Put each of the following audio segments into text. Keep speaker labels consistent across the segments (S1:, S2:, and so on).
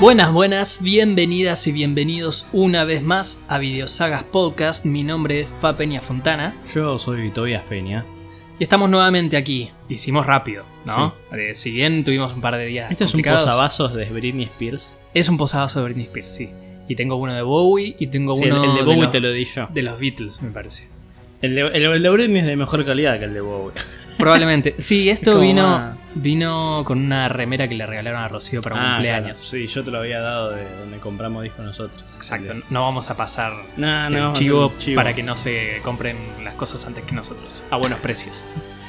S1: Buenas, buenas, bienvenidas y bienvenidos una vez más a Videosagas Podcast. Mi nombre es Fa Peña Fontana
S2: Yo soy Tobias Peña.
S1: y estamos nuevamente aquí. Hicimos rápido, ¿no? Eh, si bien tuvimos un par de días.
S2: Este es un
S1: complicados,
S2: posavasos de Britney Spears.
S1: Es un posavasos de Britney Spears, sí. Y tengo uno de Bowie y tengo
S2: Sí, el,
S1: uno
S2: el de Bowie
S1: los,
S2: te lo di yo.
S1: de los Beatles, me parece.
S2: El de, el- el de Britney es de mejor calidad que el de Bowie. Ah,
S1: Probablemente. Sí, esto
S2: como
S1: vino,
S2: más-
S1: vino con una remera que le regalaron a Rocío para un
S2: Ah,
S1: cumpleaños.
S2: claro, Sí, yo te lo había dado de donde compramos disco nosotros.
S1: Exacto,
S2: El de-
S1: no vamos a pasar el
S2: No, Ah, no.
S1: chivo,
S2: un
S1: para que no se compren las cosas antes que nosotros, a buenos precios.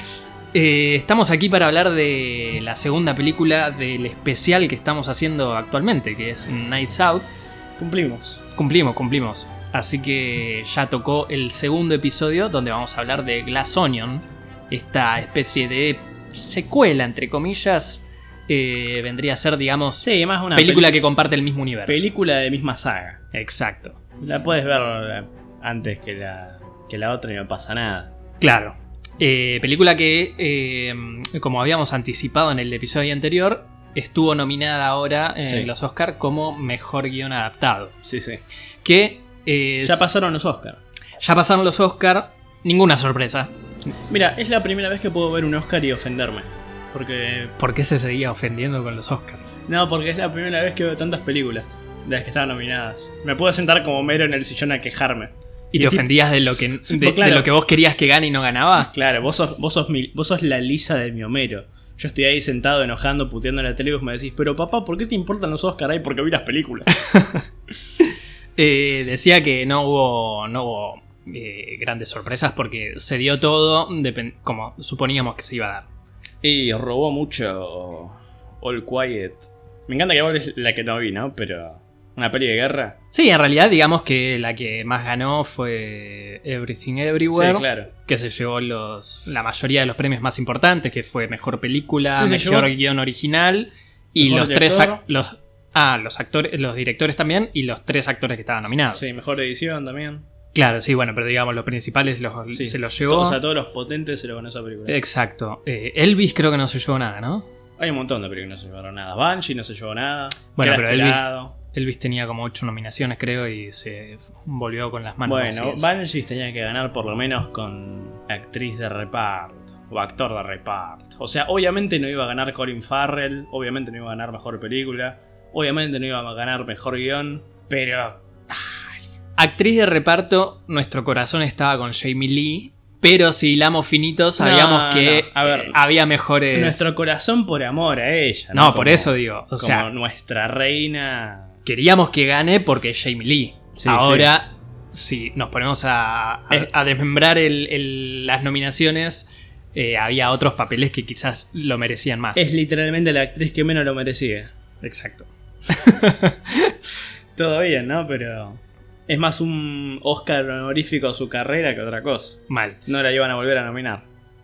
S1: Eh, estamos aquí para hablar de la segunda película del especial que estamos haciendo actualmente, que es Nights Out.
S2: Cumplimos.
S1: Cumplimos, cumplimos. Así que ya tocó el segundo episodio donde vamos a hablar de Glass Onion, esta especie de secuela, entre comillas, eh, vendría a ser, digamos,
S2: Sí, más una
S1: película
S2: peli-
S1: que comparte el mismo universo.
S2: película de misma saga.
S1: Exacto.
S2: La puedes ver eh, antes que la, que la otra y no pasa nada.
S1: Claro. Eh, película que, eh, como habíamos anticipado en el episodio anterior, estuvo nominada ahora en
S2: Sí.
S1: los Oscar como Mejor Guión Adaptado.
S2: Sí, sí.
S1: Que es-
S2: Ya pasaron los Oscars.
S1: ya pasaron los Oscar, ninguna sorpresa.
S2: Mira, es la primera vez que puedo ver un Oscar y ofenderme. Porque
S1: ¿Por qué se seguía ofendiendo con los Oscars?
S2: No, porque es la primera vez que veo tantas películas de las que estaban nominadas. Me puedo sentar como mero en el sillón a quejarme.
S1: ¿Y
S2: Y
S1: te
S2: el tip-
S1: ofendías de lo que, de, de
S2: claro.
S1: lo que vos querías que gane y no ganaba?
S2: Claro, vos sos, vos sos, mi- vos sos la lisa de mi Homero. Yo estoy ahí sentado enojando, puteando en la tele y vos me decís, pero papá, ¿por qué te importan los Oscar ahí? Porque vi las películas.
S1: Eh, decía que no hubo, no hubo eh, grandes sorpresas porque se dio todo depen- como suponíamos que se iba a dar.
S2: y robó mucho All Quiet. Me encanta que vos es la que no vi, ¿no? Pero una peli de guerra.
S1: Sí, en realidad digamos que la que más ganó fue Everything Everywhere,
S2: sí, claro.
S1: que se llevó los, la mayoría de los premios más importantes, que fue Mejor Película,
S2: Sí, se
S1: Mejor
S2: llevó-
S1: Guión Original y
S2: Mejor
S1: los tres ac-
S2: Director.
S1: los ah, los actores, los directores también y los tres actores que estaban nominados.
S2: Sí, mejor edición también.
S1: Claro, sí, bueno, pero digamos los principales los-
S2: Sí.
S1: se los llevó.
S2: O sea, todos los potentes se lo ganó esa película.
S1: Exacto. Eh, Elvis creo que no se llevó nada, ¿no?
S2: Hay un montón de películas que no se llevaron nada. Banshee no se llevó nada.
S1: Bueno,
S2: Crash
S1: pero Elvis-
S2: Pelado.
S1: Elvis tenía como ocho nominaciones, creo, y se volvió con las manos.
S2: Bueno,
S1: vacías.
S2: Banshees tenía que ganar por lo menos con actriz de reparto o actor de reparto. O sea, obviamente no iba a ganar Colin Farrell, obviamente no iba a ganar mejor película, obviamente no iba a ganar mejor guión, pero
S1: Actriz de reparto, nuestro corazón estaba con Jamie Lee, pero si hilamos finito sabíamos
S2: No,
S1: que
S2: no, a ver,
S1: eh, había mejores.
S2: nuestro corazón por amor a ella.
S1: no, por
S2: Como-
S1: eso digo. O
S2: como
S1: sea,
S2: nuestra reina.
S1: queríamos que gane porque es Jamie Lee.
S2: Sí,
S1: Ahora, si nos ponemos a, a-
S2: Eh.
S1: a desmembrar el- el- las nominaciones, eh, había otros papeles que quizás lo merecían más.
S2: Es literalmente la actriz que menos lo merecía.
S1: Exacto.
S2: Todo bien, ¿no? Pero es más un Oscar honorífico a su carrera que otra cosa.
S1: Mal.
S2: No la iban a volver a nominar.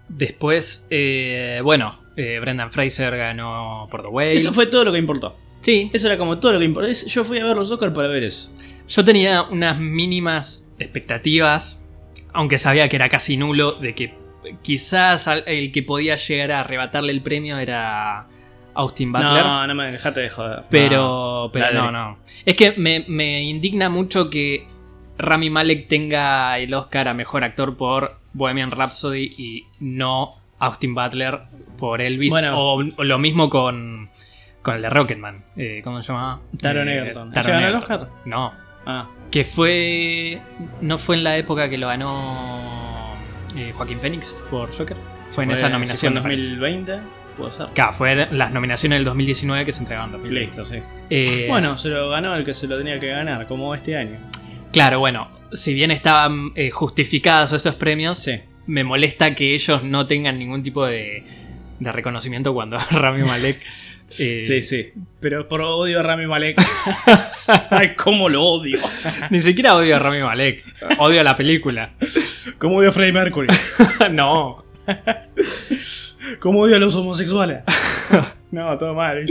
S1: Después, eh, bueno, eh, Brendan Fraser ganó por The Way.
S2: Eso fue todo lo que importó.
S1: Sí,
S2: Eso era como todo lo que importaba. Es- Yo fui a ver los Oscar para ver eso.
S1: Yo tenía unas mínimas expectativas, aunque sabía que era casi nulo, de que quizás al- el que podía llegar a arrebatarle el premio era Austin Butler.
S2: No, no me dejate de joder.
S1: pero no, pero
S2: dale.
S1: no, no. Es que me, me indigna mucho que Rami Malek tenga el Oscar a mejor actor por Bohemian Rhapsody y no Austin Butler por Elvis.
S2: Bueno.
S1: O, o lo mismo con, con el de Rocketman. Eh, ¿Cómo se llamaba?
S2: Taron
S1: Eh,
S2: Egerton.
S1: Taron
S2: ¿Se ganó el
S1: Egerton.
S2: Oscar?
S1: No.
S2: Ah,
S1: Que fue. No fue en la época que lo ganó eh, Joaquín Fénix por Joker. Fue en esa nominación.
S2: En
S1: me parece.
S2: 2020, puede ser.
S1: Claro, fue las nominaciones del 2019 que se entregaron. en 2020.
S2: Listo, sí.
S1: Eh,
S2: Bueno, se lo ganó el que se lo tenía que ganar, como este año.
S1: Claro, bueno. Si bien estaban eh, justificados esos premios,
S2: Sí.
S1: me molesta que ellos no tengan ningún tipo de, de reconocimiento cuando Rami Malek. eh,
S2: Sí, sí. Pero por odio a Rami Malek. Ay, cómo lo odio.
S1: Ni siquiera odio a Rami Malek. Odio la película.
S2: Cómo odio a Freddie Mercury.
S1: no.
S2: Cómo odio a los homosexuales. no, todo mal.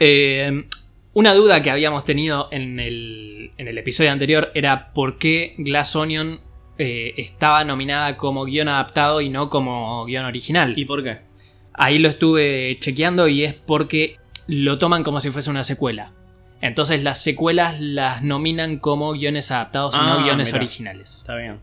S1: Eh, una duda que habíamos tenido en el, en el episodio anterior era por qué Glass Onion eh, estaba nominada como guión adaptado y no como guión original.
S2: ¿Y
S1: Y
S2: por qué?
S1: ahí lo estuve chequeando y es porque lo toman como si fuese una secuela. Entonces las secuelas las nominan como guiones adaptados y no
S2: Ah,
S1: guiones
S2: mirá.
S1: originales.
S2: Está bien.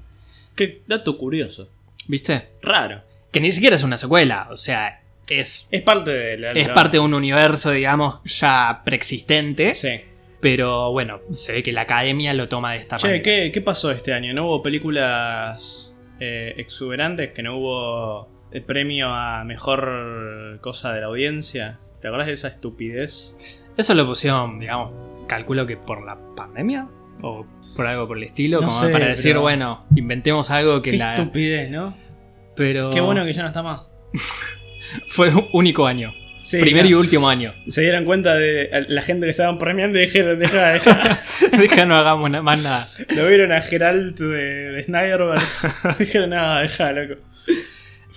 S2: Qué dato curioso.
S1: ¿Viste?
S2: Raro.
S1: Que ni siquiera es una secuela, o sea, es,
S2: Es parte de la.
S1: es
S2: la-
S1: parte de un universo, digamos, ya preexistente.
S2: Sí.
S1: Pero bueno, se ve que la academia lo toma de esta
S2: Che,
S1: manera.
S2: ¿qué, qué pasó este año? ¿No hubo películas eh, exuberantes? ¿Que no hubo eh, premio a mejor cosa de la audiencia? ¿Te acordás de esa estupidez?
S1: Eso lo pusieron, digamos, calculo que por la pandemia o por algo por el estilo,
S2: No
S1: como
S2: sé,
S1: para decir,
S2: pero-
S1: bueno, inventemos algo que
S2: qué
S1: la. Oh.
S2: estupidez, ¿no?
S1: Pero
S2: Qué bueno que ya no está más.
S1: fue un único año,
S2: Sí,
S1: primer
S2: no.
S1: y último año.
S2: Se dieron cuenta de la gente que estaban premiando y dijeron, deja, deja.
S1: Deja no hagamos na- más nada.
S2: Lo vieron a Geralt de, de Snyderverse. dijeron, nada, deja, loco.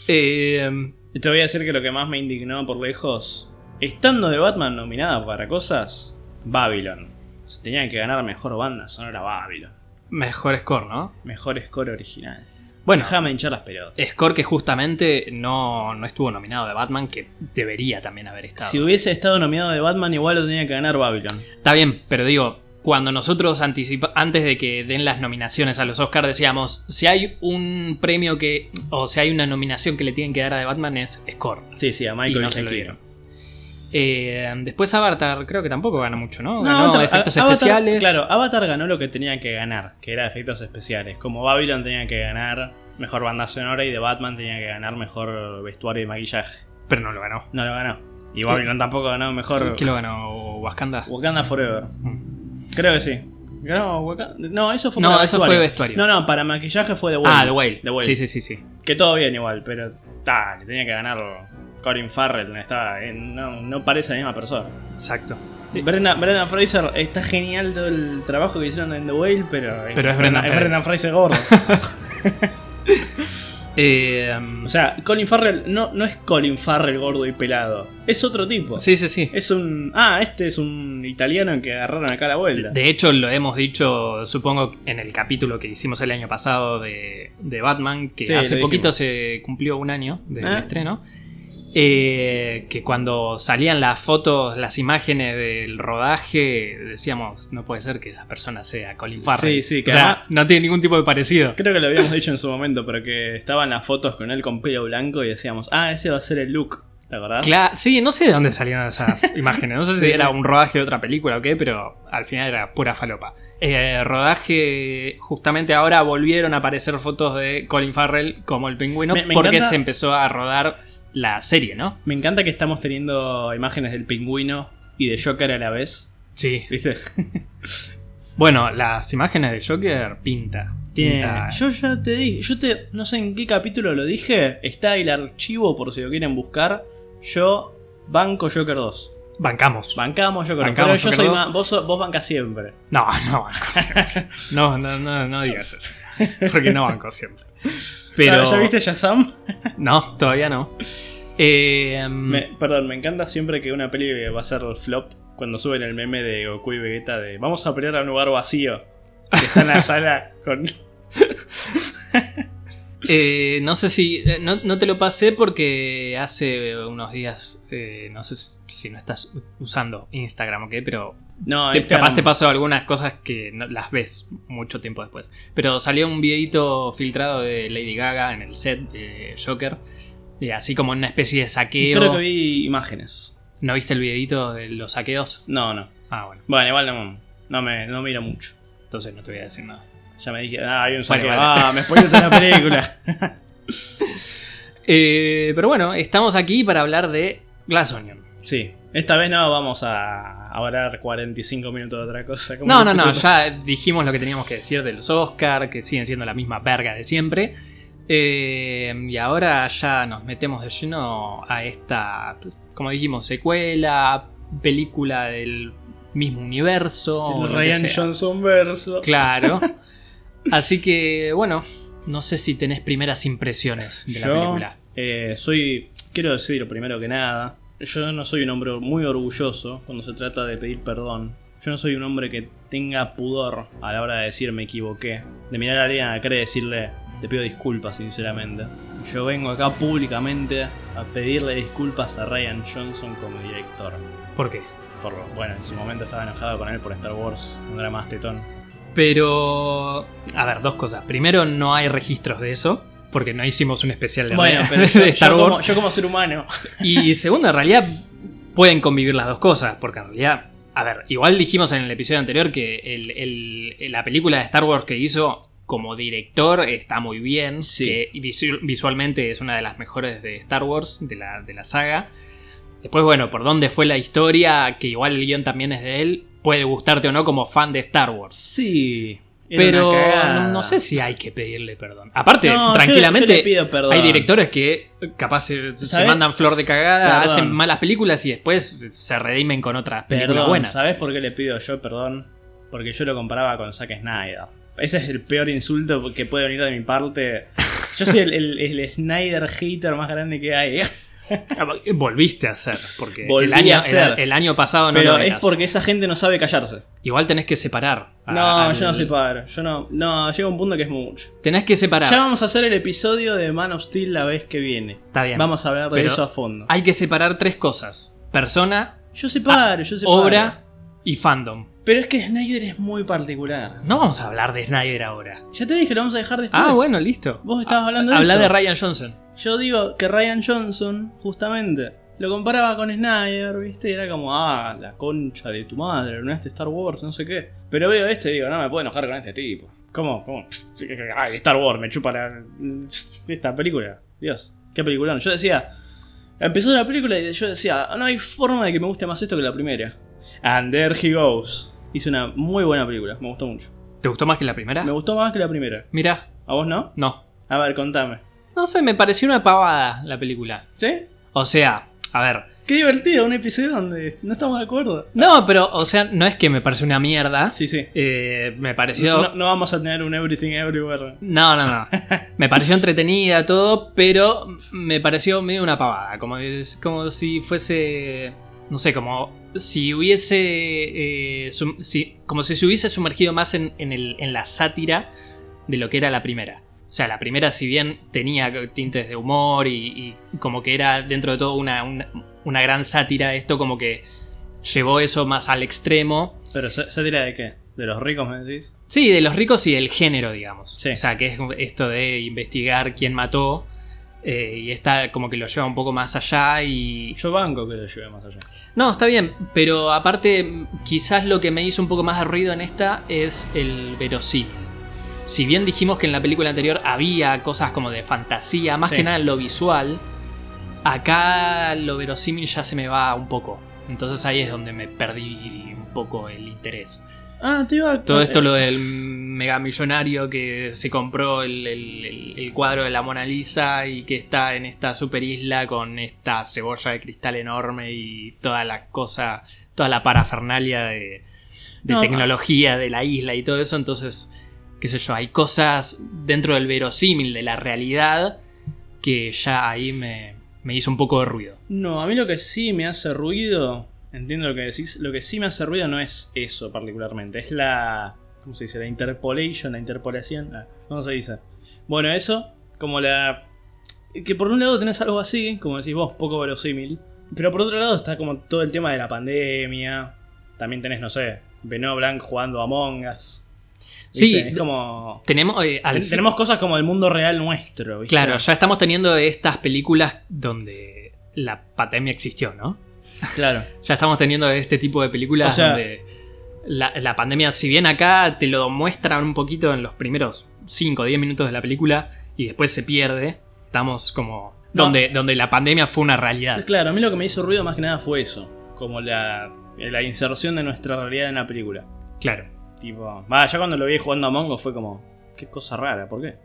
S1: Eh,
S2: Y Te voy a decir que lo que más me indignó por lejos, estando de Batman nominada para cosas, Babylon. Se tenía que ganar mejor banda sonora Babylon.
S1: mejor score, ¿no?
S2: Mejor score original.
S1: Bueno,
S2: Déjame hinchar las pelotas.
S1: score que justamente no, no estuvo nominado de Batman, que debería también haber estado.
S2: Si hubiese estado nominado de Batman, igual lo tenía que ganar Babylon.
S1: Está bien, pero digo, cuando nosotros anticipa antes de que den las nominaciones a los Oscars decíamos, si hay un premio que, o si hay una nominación que le tienen que dar a The Batman es Score.
S2: Sí, sí, a
S1: Y
S2: Michael
S1: no
S2: y
S1: se lo
S2: Shaquille.
S1: dieron. Eh, después Avatar creo que tampoco gana mucho, ¿no?
S2: No,
S1: Ganó
S2: Avatar-
S1: efectos
S2: a- Avatar-
S1: especiales.
S2: claro, Avatar ganó lo que tenía que ganar, que era efectos especiales. Como Babylon tenía que ganar mejor banda sonora y de Batman tenía que ganar mejor vestuario y maquillaje.
S1: Pero no lo ganó.
S2: No lo ganó. Y Babylon tampoco ganó mejor
S1: ¿Quién lo ganó? ¿Wakanda?
S2: Wakanda Forever. Creo que sí. Ganó Wakanda. No, eso fue
S1: No,
S2: para
S1: eso fue vestuario.
S2: No, no, para maquillaje fue The Whale.
S1: Ah, The Whale.
S2: The Whale.
S1: Sí, sí, sí, sí.
S2: Que todo bien igual, pero ta, le tenía que ganar Corin Farrell. Está, eh, no, no parece la misma persona.
S1: Exacto.
S2: Brenda, Brenda Fraser está genial todo el trabajo que hicieron en The Whale, pero, eh,
S1: Pero es Brendan
S2: es
S1: Fraser.
S2: Brendan Fraser gordo.
S1: Eh,
S2: o sea, Colin Farrell no, no es Colin Farrell gordo y pelado, es otro tipo.
S1: sí, sí, sí.
S2: Es un. Ah, este es un italiano que agarraron acá a la vuelta.
S1: De hecho, lo hemos dicho, supongo, en el capítulo que hicimos el año pasado de, de Batman, que
S2: Sí,
S1: hace
S2: lo dijimos.
S1: poquito se cumplió un año del
S2: Ah.
S1: estreno. eh, que cuando salían las fotos, las imágenes del rodaje, decíamos, no puede ser que esa persona sea Colin Farrell.
S2: Sí, sí, que
S1: O sea,
S2: además-
S1: no tiene ningún tipo de parecido.
S2: Creo que lo habíamos dicho en su momento, pero que estaban las fotos con él con pelo blanco y decíamos, ah, ese va a ser el look. ¿Te acordás?
S1: Cla- sí, no sé de dónde salieron esas imágenes. No sé si
S2: Ah. Sí, sí.
S1: era un rodaje de otra película o qué, pero al final era pura falopa. Eh, rodaje, justamente ahora volvieron a aparecer fotos de Colin Farrell como el pingüino
S2: Me- me
S1: porque
S2: encanta-
S1: se empezó a rodar la serie, ¿no?
S2: Me encanta que estamos teniendo imágenes del pingüino y de Joker a la vez.
S1: Sí.
S2: ¿Viste?
S1: Bueno, las imágenes de Joker pinta.
S2: Tiene-
S1: pinta.
S2: Yo ya te dije, yo te. No sé en qué capítulo lo dije. Está el archivo por si lo quieren buscar. Yo banco Joker 2.
S1: Bancamos.
S2: Bancamos Joker 2.
S1: Bancamos
S2: pero yo
S1: Joker
S2: soy
S1: 2.
S2: más- Vos, so- vos bancas siempre.
S1: no, no banco siempre. No, no, no, no digas eso. Porque no banco siempre. Pero.
S2: Ah, ¿Ya viste Shazam?
S1: No, todavía no. Eh,
S2: Me- perdón, me encanta siempre que una peli va a ser flop cuando suben el meme de Goku y Vegeta de vamos a pelear a un lugar vacío. Que está en la sala con.
S1: Eh, no sé si. eh, No, no te lo pasé porque hace unos días. eh, no sé si no estás u- usando Instagram o qué, pero.
S2: No, este
S1: te-
S2: Instagram.
S1: capaz te pasó algunas cosas que no- las ves mucho tiempo después. Pero salió un videito filtrado de Lady Gaga en el set de Joker. eh, así como en una especie de saqueo.
S2: Creo que vi imágenes.
S1: ¿No viste el videito de los saqueos?
S2: No, no.
S1: Ah, bueno,
S2: Bueno, igual no, no me no miro mucho.
S1: entonces no te voy a decir nada.
S2: Ya me dije, ah, hay un
S1: Bueno,
S2: saqueo.
S1: vale.
S2: Ah, me spoilaste la película.
S1: Eh, pero bueno, estamos aquí para hablar de Glass Onion.
S2: Sí. Esta vez no vamos a hablar 45 minutos de otra cosa. como
S1: No,
S2: el
S1: no, no,
S2: episodio
S1: ya dijimos lo que teníamos que decir de los Oscar, que siguen siendo la misma verga de siempre. Eh, y ahora ya nos metemos de lleno a esta, pues, como dijimos, secuela, película del mismo universo. o
S2: pasado.
S1: lo
S2: El
S1: que
S2: Ryan
S1: sea.
S2: Johnson verso.
S1: Claro. Así que, bueno, no sé si tenés primeras impresiones de la
S2: Yo,
S1: película.
S2: eh, soy, quiero decir primero que nada, yo no soy un hombre muy orgulloso cuando se trata de pedir perdón. Yo no soy un hombre que tenga pudor a la hora de decir me equivoqué, de mirar a alguien a la cara y decirle te pido disculpas sinceramente. Yo vengo acá públicamente a pedirle disculpas a Ryan Johnson como director.
S1: ¿Por qué?
S2: Por, lo- bueno, en su momento estaba enojado con él por Star Wars, no era más tetón.
S1: Pero, a ver, dos cosas. Primero, no hay registros de eso, porque no hicimos un especial de,
S2: Bueno, pero
S1: de
S2: yo, yo
S1: Star Wars.
S2: Como, yo como ser humano.
S1: Y segundo, en realidad pueden convivir las dos cosas, porque en realidad, a ver, igual dijimos en el episodio anterior que el- el- la película de Star Wars que hizo como director está muy bien,
S2: Sí.
S1: que visu- visualmente es una de las mejores de Star Wars, de la, de la saga. Después, bueno, por dónde fue la historia, que igual el guión también es de él, puede gustarte o no como fan de Star Wars.
S2: Sí. era
S1: Pero
S2: una cagada.
S1: no, no sé si hay que pedirle perdón. Aparte,
S2: No, yo- yo
S1: tranquilamente,
S2: le pido perdón.
S1: hay directores que capaz se, se
S2: Ah. ¿Sabés?
S1: mandan flor de cagada,
S2: Perdón.
S1: hacen malas películas y después se redimen con otras películas
S2: Perdón,
S1: buenas.
S2: ¿sabes por qué le pido yo perdón? Porque yo lo comparaba con Zack Snyder. Ese es el peor insulto que puede venir de mi parte. Yo soy el, el- el Snyder hater más grande que hay.
S1: Ah, Volviste a hacer, porque
S2: Volví
S1: el año,
S2: a hacer.
S1: el- el año pasado no
S2: Pero
S1: lo
S2: es
S1: eras.
S2: porque esa gente no sabe callarse.
S1: Igual tenés que separar. a-
S2: No,
S1: al-
S2: yo no soy padre. Yo no. No, llega un punto que es mucho.
S1: Tenés que separar.
S2: Ya vamos a hacer el episodio de Man of Steel la vez que viene.
S1: Está bien.
S2: Vamos a hablar de
S1: Pero-
S2: eso a fondo.
S1: Hay que separar tres cosas. Persona,
S2: Yo separo, yo separo.
S1: obra y fandom.
S2: Pero es que Snyder es muy particular.
S1: No vamos a hablar de Snyder ahora.
S2: Ya te dije, lo vamos a dejar después.
S1: Ah, bueno, listo.
S2: Vos estabas hablando de
S1: Habla
S2: eso.
S1: de Ryan Johnson.
S2: Yo digo que Ryan Johnson, justamente, lo comparaba con Snyder, ¿viste? Era como, ah, la concha de tu madre, no este Star Wars, no sé qué. Pero veo este y digo, no me puedo enojar con este tipo. ¿Cómo? ¿Cómo? Ay, Star Wars, me chupa la. Esta película. Dios, qué película. Yo decía, empezó la película y yo decía, "Ah, no hay forma de que me guste más esto que la primera. And there he goes. Hice una muy buena película, me gustó mucho.
S1: ¿Te gustó más que la primera?
S2: Me gustó más que la primera.
S1: Mira,
S2: ¿A vos no?
S1: no.
S2: A ver, contame.
S1: No sé, me pareció una pavada la película.
S2: ¿Sí?
S1: O sea, a ver.
S2: Qué divertido, un episodio donde no estamos de acuerdo.
S1: No, pero, o sea, no es que me parece una mierda.
S2: Sí, sí.
S1: Eh, me pareció.
S2: No, no vamos a tener un Everything Everywhere.
S1: No, no, no. Me pareció entretenida todo, pero me pareció medio una pavada. Como, es- como si fuese. No sé, como si hubiese. eh, sum- si- como si se hubiese sumergido más en, en el- en la sátira de lo que era la primera. O sea, la primera, si bien tenía tintes de humor y, y como que era dentro de todo una, una, una gran sátira, esto como que llevó eso más al extremo.
S2: Pero ¿sa- sátira de qué? ¿De los ricos me decís?
S1: Sí, de los ricos y del género, digamos.
S2: Sí.
S1: O sea, que es esto de investigar quién mató. eh, y está como que lo lleva un poco más allá y...
S2: Yo banco que lo lleve más allá.
S1: No, está bien, pero aparte quizás lo que me hizo un poco más de ruido en esta es el verosímil. Si bien dijimos que en la película anterior había cosas como de fantasía, más
S2: Sí.
S1: que nada en lo visual, acá lo verosímil ya se me va un poco. Entonces ahí es donde me perdí un poco el interés.
S2: Ah, te iba a...
S1: Todo esto lo del megamillonario que se compró el, el- el- el cuadro de la Mona Lisa y que está en esta super isla con esta cebolla de cristal enorme y toda la cosa, toda la parafernalia de, de
S2: No.
S1: tecnología de la isla y todo eso. Entonces, qué sé yo, hay cosas dentro del verosímil, de la realidad, que ya ahí me, me hizo un poco de ruido.
S2: No, a mí lo que sí me hace ruido... Entiendo lo que decís. Lo que sí me hace ruido no es eso particularmente. Es la... ¿Cómo se dice? La interpolation, la interpolación. Ah, ¿Cómo se dice? Bueno, eso, como la... Que por un lado tenés algo así, como decís vos, poco verosímil. Pero por otro lado está como todo el tema de la pandemia. También tenés, no sé, Beno Blanc jugando a Among Us. ¿Viste?
S1: Sí.
S2: Es como...
S1: Tenemos, eh, al
S2: ten-
S1: fin-
S2: tenemos cosas como el mundo real nuestro, ¿viste?
S1: Claro, ya estamos teniendo estas películas donde la pandemia existió, ¿no?
S2: Claro.
S1: Ya estamos teniendo este tipo de películas
S2: O sea-
S1: donde la, la pandemia, si bien acá te lo muestran un poquito en los primeros 5 o 10 minutos de la película y después se pierde, estamos como...
S2: No.
S1: Donde, donde la pandemia fue una realidad.
S2: Claro, a mí lo que me hizo ruido más que nada fue eso. Como la, la inserción de nuestra realidad en la película.
S1: Claro.
S2: Tipo, va, ya cuando lo vi jugando a Mongo fue como, qué cosa rara, ¿por qué?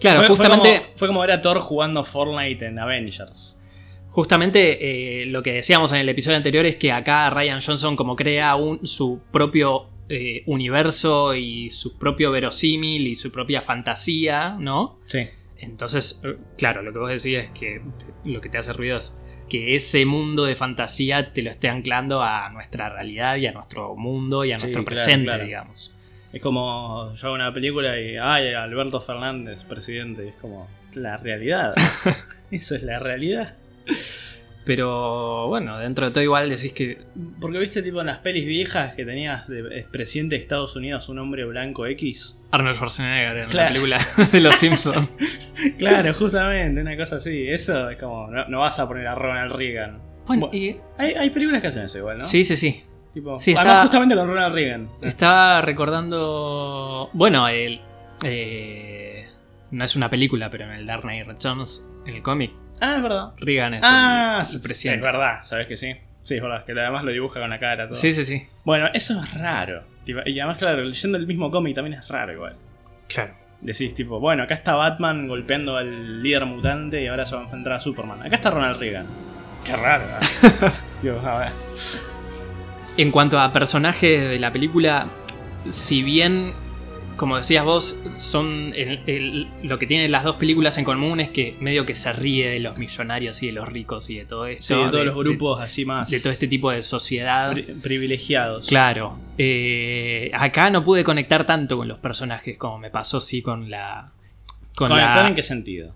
S1: Claro,
S2: Fue- fue
S1: justamente...
S2: como- Fue como, ver a Thor jugando Fortnite en Avengers.
S1: Justamente eh, lo que decíamos en el episodio anterior es que acá Ryan Johnson como crea un- su propio eh, universo y su propio verosímil y su propia fantasía, ¿no?
S2: Sí.
S1: Entonces, eh, claro, lo que vos decís es que te- lo que te hace ruido es que ese mundo de fantasía te lo esté anclando a nuestra realidad y a nuestro mundo y a
S2: Sí,
S1: nuestro
S2: claro,
S1: presente,
S2: claro.
S1: digamos.
S2: Es como, yo hago una película y, ay, Alberto Fernández, presidente. Es como, la realidad. eso es la realidad.
S1: Pero bueno, dentro de todo igual decís que
S2: Porque viste tipo en las pelis viejas que tenías de es presidente de Estados Unidos un hombre blanco X.
S1: Arnold Schwarzenegger en
S2: Claro.
S1: la película de Los Simpsons.
S2: Claro, justamente, una cosa así. Eso es como, no, no vas a poner a Ronald Reagan.
S1: Bueno,
S2: Bueno.
S1: y-
S2: Hay, hay películas que hacen eso igual, ¿no?
S1: sí, sí, sí.
S2: Tipo,
S1: Sí,
S2: además
S1: está-
S2: justamente con Ronald Reagan.
S1: Estaba recordando. Bueno, el. eh, no es una película, pero en el Dark Knight Returns, en el cómic,
S2: Ah, es verdad.
S1: Reagan es el-
S2: ah,
S1: el,
S2: sí,
S1: presidente.
S2: Es verdad, sabes que sí. Sí, es verdad, que además lo dibuja con la cara todo.
S1: Sí, sí, sí.
S2: Bueno, eso es raro. Tipo, y además, claro, leyendo el mismo cómic también es raro igual.
S1: Claro.
S2: Decís, tipo, bueno, acá está Batman golpeando al líder mutante y ahora se va a enfrentar a Superman. Acá está Ronald Reagan. Qué raro. ¿no? Tipo, a ver.
S1: En cuanto a personajes de la película, si bien, como decías vos, son el- el- lo que tienen las dos películas en común es que medio que se ríe de los millonarios y de los ricos y de todo esto.
S2: Sí, de todos
S1: de-
S2: los grupos así más. este
S1: De, de todo este tipo de sociedad.
S2: pri- privilegiados.
S1: Claro. eh, acá no pude conectar tanto con los personajes como me pasó sí con la. Con,
S2: ¿Conectar
S1: la-
S2: en qué sentido?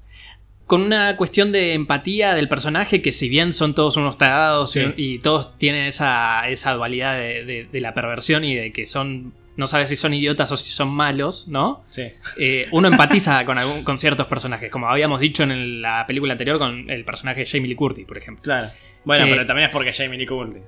S1: con una cuestión de empatía del personaje que si bien son todos unos tarados
S2: Sí.
S1: y, y todos tienen esa, esa dualidad de, de- de la perversión y de que son. No sabes si son idiotas o si son malos, ¿no?
S2: Sí.
S1: Eh, uno empatiza con, algún- con ciertos personajes, como habíamos dicho en el- la película anterior con el personaje de Jamie Lee Curtis, por ejemplo.
S2: Claro. Bueno,
S1: Eh,
S2: pero también es porque Jamie Lee Curtis.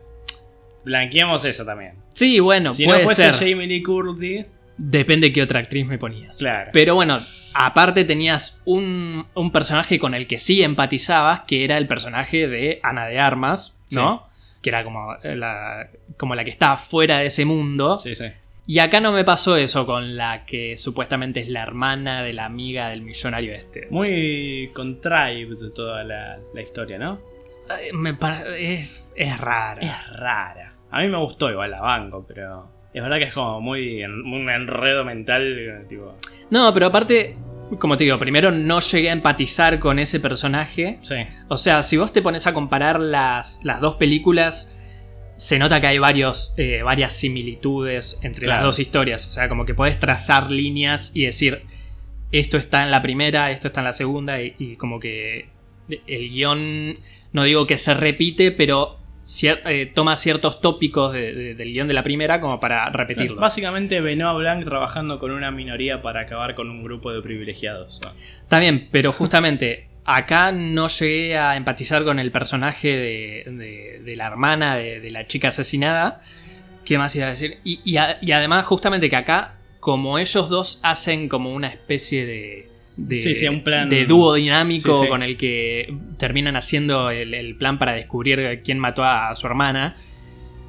S2: Blanqueamos eso también.
S1: Sí, bueno,
S2: si no
S1: puede
S2: fuese
S1: ser.
S2: Jamie Lee Curtis.
S1: Depende qué otra actriz me ponías.
S2: Claro.
S1: Pero bueno, aparte tenías un, un personaje con el que sí empatizabas, que era el personaje de Ana de Armas, ¿no? Que era como eh, la, como la que está fuera de ese mundo.
S2: Sí, sí.
S1: Y acá no me pasó eso con la que supuestamente es la hermana de la amiga del millonario este.
S2: Muy contrived toda la, la historia, ¿no?
S1: Eh, me pa- es, es rara.
S2: Es rara. A mí me gustó igual la banco, pero. Es verdad que es como muy en- un enredo mental, eh, tipo.
S1: No, pero aparte, como te digo, primero no llegué a empatizar con ese personaje.
S2: Sí.
S1: O sea, si vos te pones a comparar las, las dos películas, se nota que hay varios, eh, varias similitudes entre las
S2: Claro.
S1: dos historias. O sea, como que podés trazar líneas y decir, esto está en la primera, esto está en la segunda, y, y como que el guión, no digo que se repite, pero cier- eh, toma ciertos tópicos de- de- del guión de la primera como para repetirlos.
S2: Básicamente Benoit Blanc trabajando con una minoría para acabar con un grupo de privilegiados. ¿no?
S1: Está bien, pero justamente acá no llegué a empatizar con el personaje de, de- de la hermana de, de la chica asesinada. ¿Qué más iba a decir? Y, y a- y además, justamente que acá, como ellos dos hacen como una especie de. de-
S2: Sí, sí, un plan-
S1: de dúo dinámico
S2: Sí, sí.
S1: con el que terminan haciendo el, el plan para descubrir quién mató a su hermana.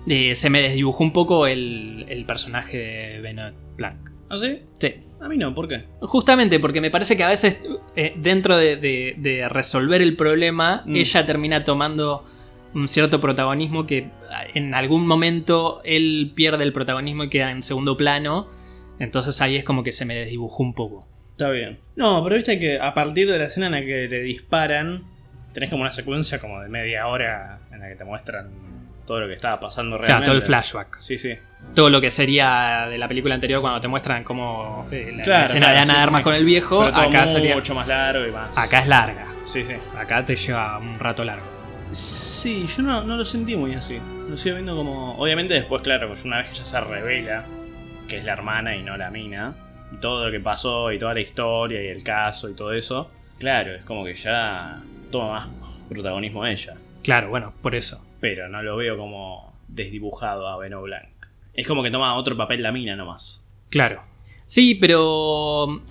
S1: eh, se me desdibujó un poco el, el personaje de Benoit Blanc.
S2: ¿Ah, sí?
S1: Sí.
S2: A mí no, ¿por qué?
S1: Justamente, porque me parece que a veces eh, dentro de, de- de resolver el problema,
S2: Mm.
S1: ella termina tomando un cierto protagonismo que ah, en algún momento él pierde el protagonismo y queda en segundo plano. Entonces ahí es como que se me desdibujó un poco.
S2: Está bien. No, pero viste que a partir de la escena en la que le disparan, tenés como una secuencia como de media hora en la que te muestran todo lo que estaba pasando
S1: Claro,
S2: realmente.
S1: todo el flashback.
S2: Sí, sí.
S1: Todo lo que sería de la película anterior cuando te muestran como eh, la- la,
S2: Claro,
S1: escena de
S2: claro,
S1: Ana
S2: sí,
S1: de
S2: sí,
S1: Armas
S2: sí.
S1: con el viejo.
S2: Pero todo
S1: Acá
S2: mucho
S1: sería.
S2: más largo y más.
S1: Acá es larga.
S2: Sí, sí.
S1: Acá te lleva un rato largo.
S2: Sí, yo no, no lo sentí muy así. Lo sigo viendo como. Obviamente, después, claro, pues una vez que ya se revela que es la hermana y no la mina, y todo lo que pasó, y toda la historia, y el caso, y todo eso, claro, es como que ya toma más protagonismo ella.
S1: Claro, bueno, por eso.
S2: Pero no lo veo como desdibujado a Beno Blanc. Es como que toma otro papel la mina nomás.
S1: Claro. Sí, pero.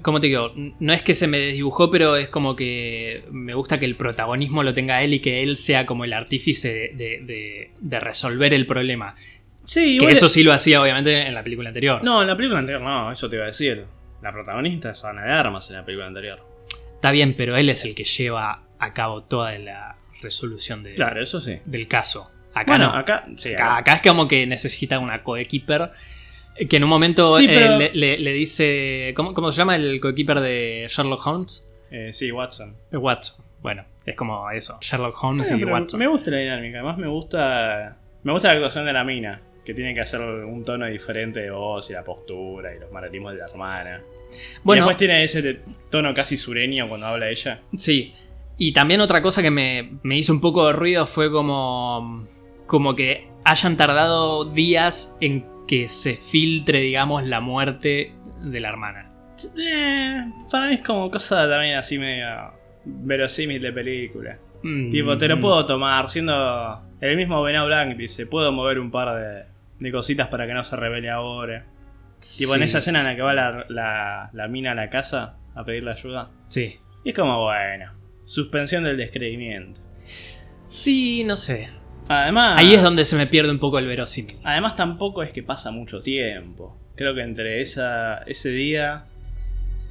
S1: Como te digo, no es que se me desdibujó, pero es como que me gusta que el protagonismo lo tenga él y que él sea como el artífice de, de- de- de resolver el problema.
S2: Sí,
S1: que eso sí lo hacía, obviamente, en la película anterior.
S2: No, en la película anterior no, eso te iba a decir. La protagonista es Ana de Armas en la película anterior.
S1: Está bien, pero él es el que lleva a cabo toda la resolución de-
S2: Claro, eso sí.
S1: del caso. Acá
S2: Bueno,
S1: no.
S2: acá. Sí,
S1: Acá, acá es como que necesita una coequiper. eh, Que en un momento
S2: Sí,
S1: eh,
S2: pero-
S1: le, le- le dice. ¿cómo, ¿Cómo se llama el coequiper de Sherlock Holmes?
S2: Eh, sí, Watson.
S1: Eh, Watson. Bueno, es como eso. Sherlock Holmes
S2: Bueno,
S1: y
S2: pero
S1: Watson.
S2: Me gusta la dinámica, además me gusta. Me gusta la actuación de la mina, que tiene que hacer un tono diferente de voz y la postura y los maratismos de la hermana. Y
S1: Bueno,
S2: después tiene ese te- tono casi sureño cuando habla ella.
S1: sí. Y también otra cosa que me, me hizo un poco de ruido fue como, como que hayan tardado días en que se filtre, digamos, la muerte de la hermana.
S2: Eh, para mí es como cosa también así medio verosímil de película.
S1: Mm,
S2: Tipo, te lo
S1: mm.
S2: puedo tomar, siendo el mismo Benoit Blanc, dice, puedo mover un par de, de cositas para que no se revele ahora. Tipo, en
S1: Sí,
S2: esa escena en la que va la, la- la mina a la casa a pedirle ayuda.
S1: Sí.
S2: Y es como, bueno, suspensión del descreimiento.
S1: Sí, no sé.
S2: Además...
S1: Ahí es donde se me pierde un poco el verosímil.
S2: Además tampoco es que pasa mucho tiempo. Creo que entre esa, ese día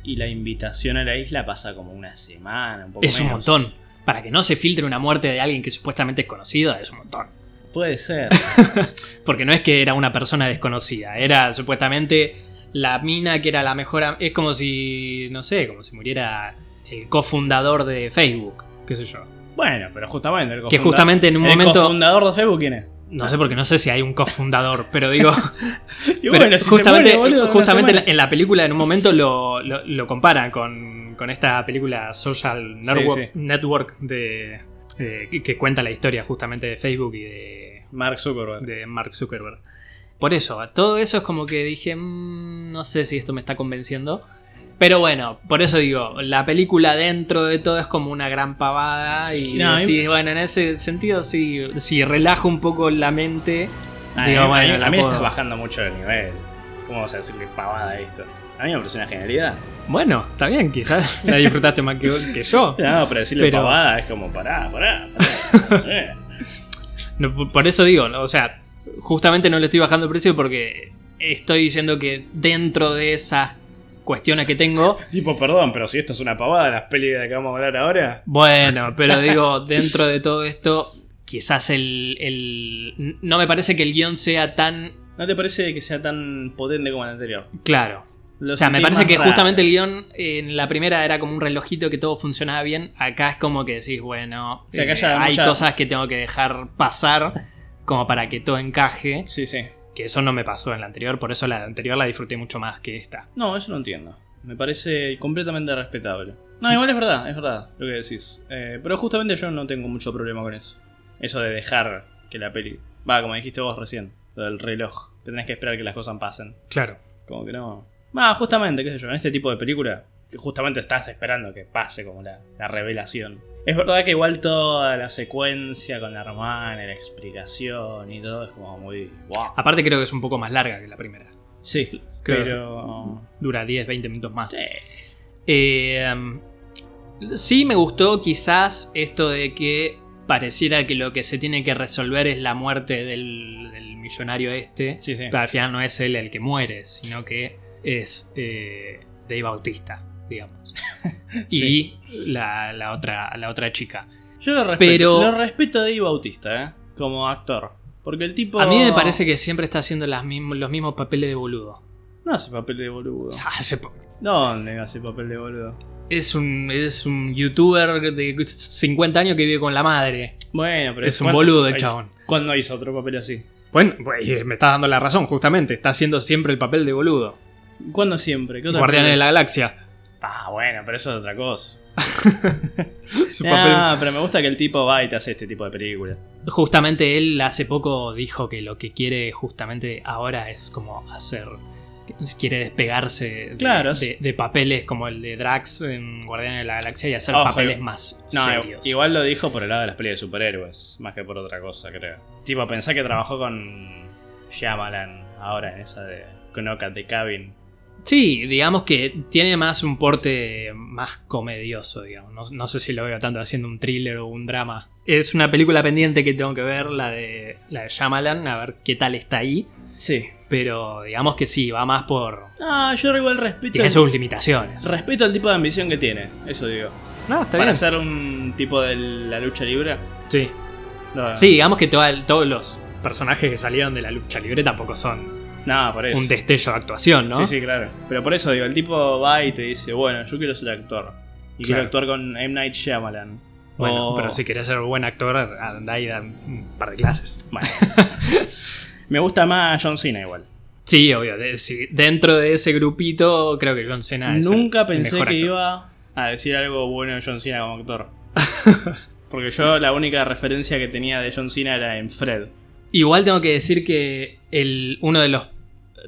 S2: y la invitación a la isla pasa como una semana, un poco
S1: Es un
S2: menos.
S1: montón. Para que no se filtre una muerte de alguien que supuestamente es conocida, es un montón.
S2: Puede ser.
S1: Porque no es que era una persona desconocida, era supuestamente la mina que era la mejor... am- Es como si, no sé, como si muriera el cofundador de Facebook, qué sé yo.
S2: Bueno, pero justamente el
S1: Que
S2: cofunda-
S1: justamente en un
S2: ¿El
S1: momento...
S2: cofundador de Facebook quién es?
S1: No sé porque no sé si hay un cofundador, pero digo...
S2: Y
S1: pero
S2: bueno, si se
S1: justamente
S2: muere, boludo, en una
S1: justamente en, la,
S2: semana.
S1: en la película en un momento lo, lo, lo comparan con, con esta película Social
S2: Sí,
S1: Network,
S2: sí.
S1: Network de, eh, que- que cuenta la historia justamente de Facebook y de
S2: Mark Zuckerberg.
S1: de Mark Zuckerberg. Por eso, todo eso es como que dije, "Mm, no sé si esto me está convenciendo. Pero bueno, por eso digo, la película dentro de todo es como una gran pavada y
S2: No, a mí-
S1: decís, bueno, en ese sentido, si, si relajo un poco la mente,
S2: Ah,
S1: digo,
S2: a mí-
S1: bueno,
S2: a mí,
S1: la
S2: a mí
S1: puedo-
S2: estás bajando mucho el nivel. ¿Cómo vas a decirle pavada a esto? A mí me parece una genialidad.
S1: bueno, está bien, quizás la disfrutaste más que, que yo.
S2: No, pero decirle
S1: Pero-
S2: pavada es como pará, pará. pará. Eh.
S1: No, por- por eso digo, o sea, justamente no le estoy bajando el precio porque estoy diciendo que dentro de esas cuestiones que tengo,
S2: Tipo, perdón, pero si esto es una pavada, las pelis de las que vamos a hablar ahora.
S1: Bueno, pero digo, dentro de todo esto, quizás el, el- No me parece que el guión sea tan
S2: ¿No te parece que sea tan potente como el anterior?
S1: claro.
S2: Lo
S1: o sea, me
S2: sentí
S1: parece
S2: más
S1: que
S2: raro.
S1: justamente el guión eh, en la primera era como un relojito que todo funcionaba bien. Acá es como que decís, bueno,
S2: sea, acá
S1: eh,
S2: ya
S1: hay
S2: mucha-
S1: cosas que tengo que dejar pasar como para que todo encaje.
S2: Sí, sí.
S1: Que eso no me pasó en la anterior, por eso la anterior la disfruté mucho más que esta.
S2: No, eso no entiendo. Me parece completamente respetable. No, igual es verdad, es verdad lo que decís. Eh, pero justamente yo no tengo mucho problema con eso. Eso de dejar que la peli. Va, como dijiste vos recién, lo del reloj. Que tenés que esperar que las cosas pasen.
S1: Claro.
S2: Como que no. Va, justamente, qué sé yo, en este tipo de película, justamente estás esperando que pase como la, la revelación. Es verdad que igual toda la secuencia con la hermana, y la explicación y todo es como muy. ¡Wow!
S1: Aparte creo que es un poco más larga que la primera.
S2: Sí,
S1: creo.
S2: Pero.
S1: Dura 10, 20 minutos más.
S2: Sí.
S1: Eh, um, sí me gustó quizás esto de que pareciera que lo que se tiene que resolver es la muerte del, del millonario este.
S2: Sí, sí.
S1: Pero al final no es él el que muere, sino que es eh, Dave Bautista, digamos.
S2: Sí.
S1: Y la, la otra, la otra chica.
S2: Yo lo respeto.
S1: Pero-
S2: Lo respeto a Dave Bautista, ¿eh? Como actor. Porque el tipo.
S1: A mí me parece que siempre está haciendo las mism- los mismos papeles de boludo.
S2: No hace papel de boludo.
S1: Hace po-
S2: ¿Dónde hace papel de boludo?
S1: Es un, es un youtuber de 50 años que vive con la madre.
S2: Bueno, pero.
S1: Es un
S2: ¿cuándo-
S1: boludo el
S2: ay,
S1: chabón.
S2: ¿Cuándo hizo otro papel así?
S1: Bueno, pues, eh, me estás dando la razón, justamente. Está haciendo siempre el papel de boludo.
S2: ¿Cuándo siempre? ¿Qué otra
S1: Guardianes de
S2: película
S1: la Galaxia.
S2: Ah, bueno, pero eso es otra cosa.
S1: Su
S2: Ah, pero me gusta que el tipo va y te hace este tipo de película.
S1: papel- Justamente él hace poco dijo que lo que quiere justamente ahora es como hacer... Quiere despegarse de,
S2: Claro.
S1: de- de papeles como el de Drax en Guardianes de la Galaxia y hacer
S2: Ojo,
S1: papeles
S2: igual-
S1: más
S2: No,
S1: serios.
S2: igual lo dijo por el lado de las pelis de superhéroes, más que por otra cosa, creo. Tipo, pensá que trabajó con Shyamalan ahora en esa de Knock at the Cabin.
S1: Sí, digamos que tiene más un porte más comedioso, digamos. No, no sé si lo veo tanto haciendo un thriller o un drama. Es una película pendiente que tengo que ver, la de, la de Shyamalan, a ver qué tal está ahí.
S2: Sí.
S1: Pero digamos que sí, va más por...
S2: Ah, yo igual respeto.
S1: Tiene sus limitaciones.
S2: Respeto el tipo de ambición que tiene, eso digo.
S1: No, está
S2: Para
S1: bien.
S2: ser un tipo de la lucha libre.
S1: Sí.
S2: No,
S1: sí, digamos que toda el- todos los personajes que salieron de la lucha libre tampoco son
S2: No, por eso.
S1: un destello de actuación, ¿no?
S2: Sí, sí, claro. Pero por eso digo, el tipo va y te dice, bueno, yo quiero ser actor. Y quiero
S1: Claro.
S2: actuar con M. Night Shyamalan.
S1: Bueno,
S2: O-
S1: pero si querés ser buen actor, andá y da un par de clases.
S2: Bueno. Me gusta más John Cena igual.
S1: Sí, obvio. de- sí, Dentro de ese grupito, creo que John Cena Ah, es el-
S2: Nunca
S1: el
S2: pensé que
S1: mejor actor.
S2: iba a decir algo bueno de John Cena como actor. Porque yo la única referencia que tenía de John Cena era en Fred.
S1: Igual tengo que decir que el, uno de los.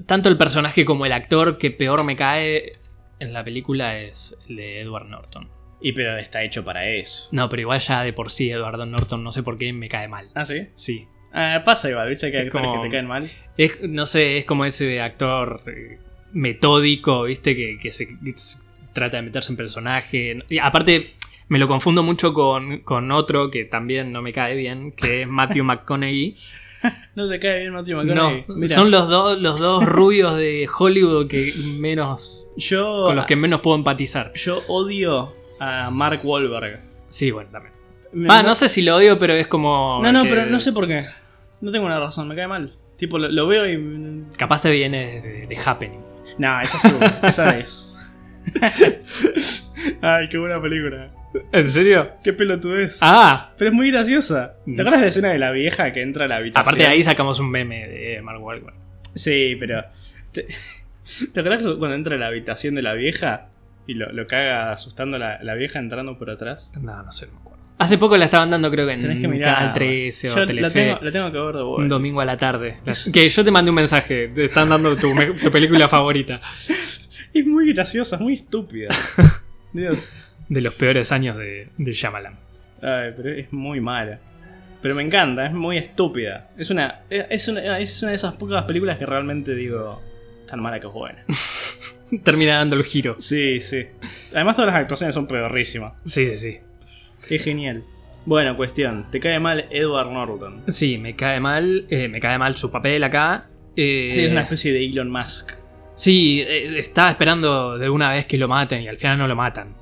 S1: Tanto el personaje como el actor que peor me cae en la película es el de Edward Norton.
S2: Y pero está hecho para eso.
S1: No, pero igual ya de por sí Edward Norton, no sé por qué me cae mal.
S2: ¿Ah, sí?
S1: Sí.
S2: Ah, pasa igual, ¿viste? Que hay
S1: Es
S2: actores
S1: como-
S2: que te caen mal.
S1: Es, no sé, es como ese actor eh, metódico, ¿viste? Que, que se, que se trata de meterse en personaje. Y aparte, me lo confundo mucho con, con otro que también no me cae bien, que es Matthew McConaughey.
S2: No te cae bien Matthew
S1: No,
S2: McConaughey. Mira,
S1: son los, dos los dos rubios de Hollywood que menos,
S2: yo,
S1: con los que menos puedo empatizar.
S2: yo odio a Mark Wahlberg.
S1: Sí, bueno, también.
S2: Me-
S1: Va, Ah, no sé si lo odio, pero es como...
S2: No, no,
S1: que
S2: pero no sé por qué. No tengo una razón, me cae mal. Tipo, lo, lo veo y.
S1: Capaz te viene de, de Happening.
S2: No, esa seguro, esa es. Ay, qué buena película.
S1: ¿En serio?
S2: Qué pelotudez.
S1: Ah,
S2: Pero es muy graciosa. ¿Te
S1: Mm.
S2: acuerdas de la escena de la vieja que entra a la habitación?
S1: aparte de ahí sacamos un meme de Mark Wahlberg.
S2: Sí, pero. ¿Te, ¿te acuerdas que cuando entra a la habitación de la vieja y lo, lo caga asustando a la, la vieja entrando por atrás?
S1: No, no sé, no me acuerdo. Hace poco la estaban dando, creo que en
S2: Tenés que mirar.
S1: Mm, Canal 13
S2: Yo
S1: o
S2: la
S1: Telefe.
S2: tengo, la tengo que ver de
S1: Un
S2: vuelta.
S1: domingo a la tarde. Que yo te mandé un mensaje. Te están dando tu, me- tu película favorita.
S2: Es muy graciosa, es muy estúpida. Dios.
S1: De los peores años de, de Shyamalan.
S2: Ay, pero es muy mala. Pero me encanta, es muy estúpida. Es una, es es una, es una de esas pocas películas que realmente digo tan mala que es buena.
S1: Termina dando el giro.
S2: Sí, sí. Además todas las actuaciones son pedorrísimas.
S1: Sí, sí, sí.
S2: Es genial. Bueno, cuestión. ¿Te cae mal Edward Norton?
S1: Sí, me cae mal. eh, me cae mal su papel acá. Eh,
S2: Sí, es una especie de Elon Musk.
S1: sí, eh, estaba esperando de una vez que lo maten y al final no lo matan.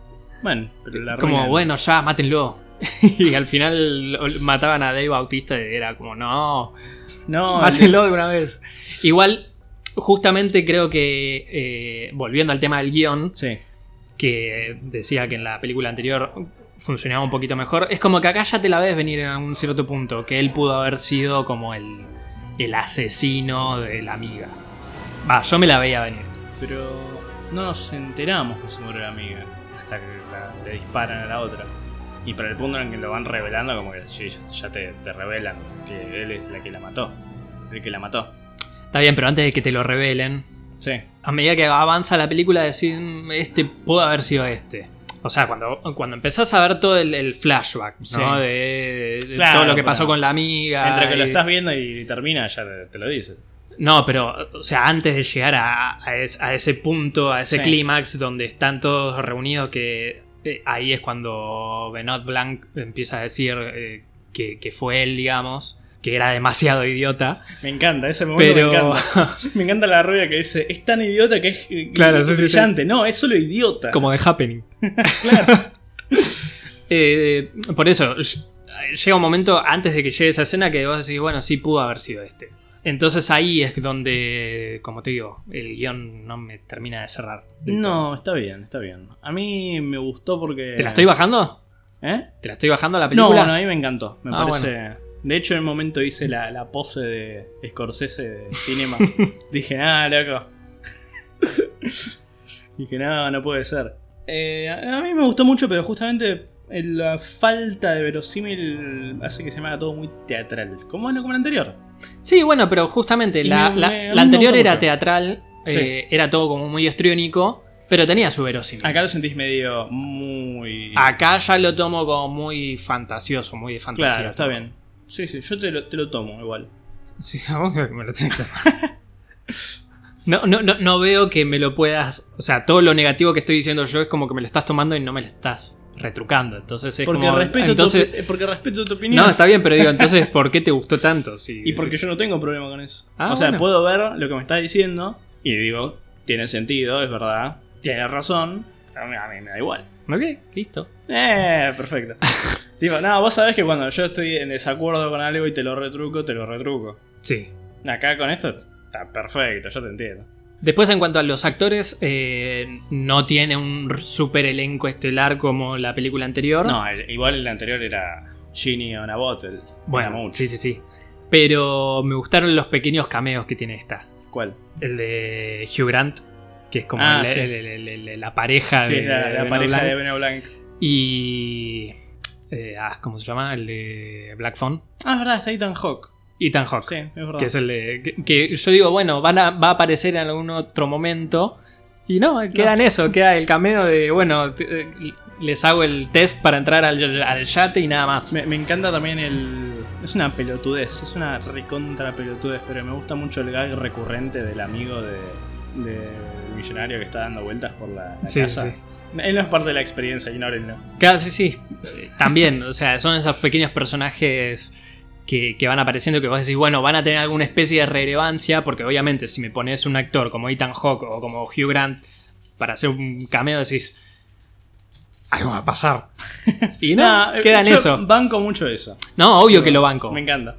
S2: Bueno, pero la
S1: Como,
S2: arruinan.
S1: bueno, ya, mátenlo. y al final lo- mataban a Dave Bautista y era como, no,
S2: No, el-
S1: Mátenlo de una vez. Igual, justamente creo que, eh, volviendo al tema del guión,
S2: Sí.
S1: que decía que en la película anterior funcionaba un poquito mejor, es como que acá ya te la ves venir en un cierto punto, que él pudo haber sido como el, el asesino de la amiga. Va, yo me la veía venir.
S2: Pero no nos enteramos que se murió la amiga. Hasta que la- le disparan a la otra. Y para el punto en que lo van revelando, como que sí, ya te, te revelan que él es la que la mató. El que la mató.
S1: Está bien, pero antes de que te lo revelen,
S2: Sí.
S1: a medida que avanza la película decís, "Mm, este pudo haber sido este. O sea, cuando, cuando empezás a ver todo el, el flashback, ¿no?
S2: Sí.
S1: De, de
S2: Claro,
S1: todo lo que
S2: pero-
S1: pasó con la amiga.
S2: Entre que lo
S1: y-
S2: estás viendo y termina, ya te, te lo dice.
S1: No, pero, o sea, antes de llegar a, a es- a ese punto, a ese
S2: Sí.
S1: clímax donde están todos reunidos, que eh, ahí es cuando Benot Blanc empieza a decir eh, que, que fue él, digamos, que era demasiado idiota.
S2: Me encanta, ese momento me
S1: Pero
S2: encanta. Me encanta la rubia que dice, es tan idiota que es eh,
S1: Claro, sí, sí, sí.
S2: brillante. No, es solo idiota.
S1: Como de Happening. Eh, por eso, ll- llega un momento antes de que llegue esa escena que vos decís, bueno, sí pudo haber sido este. Entonces ahí es donde, como te digo, el guión no me termina de cerrar. del todo.
S2: No, está bien, está bien. A mí me gustó porque...
S1: ¿Te la estoy bajando?
S2: ¿Eh?
S1: ¿Te la estoy bajando a la
S2: No,
S1: película?
S2: no, a mí me encantó. Me
S1: Ah,
S2: parece... De hecho, en el momento hice la, la pose de Scorsese de cinema. Dije, ah, loco. Dije, no, no puede ser. Eh, a a mí me gustó mucho, pero justamente el- la falta de verosímil hace que se me haga todo muy teatral. Como en como el anterior.
S1: Sí, bueno, pero justamente
S2: Y
S1: la,
S2: me-
S1: la-
S2: me- a mí
S1: la
S2: me
S1: anterior
S2: gustó
S1: era
S2: mucho.
S1: teatral, eh, era todo como muy histriónico, pero tenía su verosímil. Acá,
S2: Acá lo sentís medio muy...
S1: ya lo tomo como muy fantasioso, muy de fantasía.
S2: Claro, está bien. Sí, sí, yo te lo, te lo tomo igual.
S1: Sí, obvio que me lo tenés que tomar. No, no, no, no veo que me lo puedas. O sea, todo lo negativo que estoy diciendo yo es como que me lo estás tomando y no me lo estás retrucando. Entonces es
S2: Porque,
S1: como.
S2: respeto
S1: entonces,
S2: tu, opi- porque respeto tu opinión.
S1: no, está bien, pero digo, entonces, ¿por qué te gustó tanto? Si
S2: y porque
S1: decís-
S2: yo no tengo problema con eso.
S1: Ah,
S2: o sea,
S1: bueno.
S2: puedo ver lo que me está diciendo y digo, tiene sentido, es verdad, tiene razón, a mí, a mí me da igual.
S1: Ok, listo.
S2: Eh, perfecto. Digo, no, vos sabés que cuando yo estoy en desacuerdo con algo y te lo retruco, te lo retruco.
S1: Sí.
S2: Acá con esto está perfecto, yo te entiendo.
S1: Después, en cuanto a los actores, eh, no tiene un super elenco estelar como la película anterior.
S2: No, el- igual el anterior era Genie on a Bottle.
S1: bueno,
S2: Era mucho.
S1: sí, sí, sí. Pero me gustaron los pequeños cameos que tiene esta.
S2: ¿Cuál?
S1: El de Hugh Grant, que es como
S2: Ah,
S1: el-
S2: sí.
S1: el- el- el- el- la pareja
S2: Sí,
S1: de,
S2: la, la
S1: de Benoit
S2: pareja de
S1: Blanc.
S2: Beno Blanc.
S1: Y eh, ah, ¿cómo se llama? El de Black Phone.
S2: Ah, es verdad, está Ethan Hawk.
S1: Ethan Hawke.
S2: Sí, es verdad.
S1: que es el de- que, que yo digo, bueno, van a- va a aparecer en algún otro momento. Y no, queda en eso, queda el cameo de, bueno, t- eh, les hago el test para entrar al, al yate y nada más.
S2: Me, me encanta también el. Es una pelotudez, es una recontra pelotudez, pero me gusta mucho el gag recurrente del amigo de, de millonario que está dando vueltas por la, la
S1: Sí,
S2: casa.
S1: sí, sí.
S2: Él no es parte de la experiencia, ignórenlo.
S1: Claro, sí, sí. Eh, También, o sea, son esos pequeños personajes que, que van apareciendo que vos decís, bueno, van a tener alguna especie de relevancia, porque obviamente si me pones un actor como Ethan Hawke o como Hugh Grant para hacer un cameo, decís, algo va a pasar. Y no,
S2: Nah,
S1: queda en
S2: eh, yo
S1: eso.
S2: Banco mucho eso.
S1: No, obvio que lo banco.
S2: Me encanta.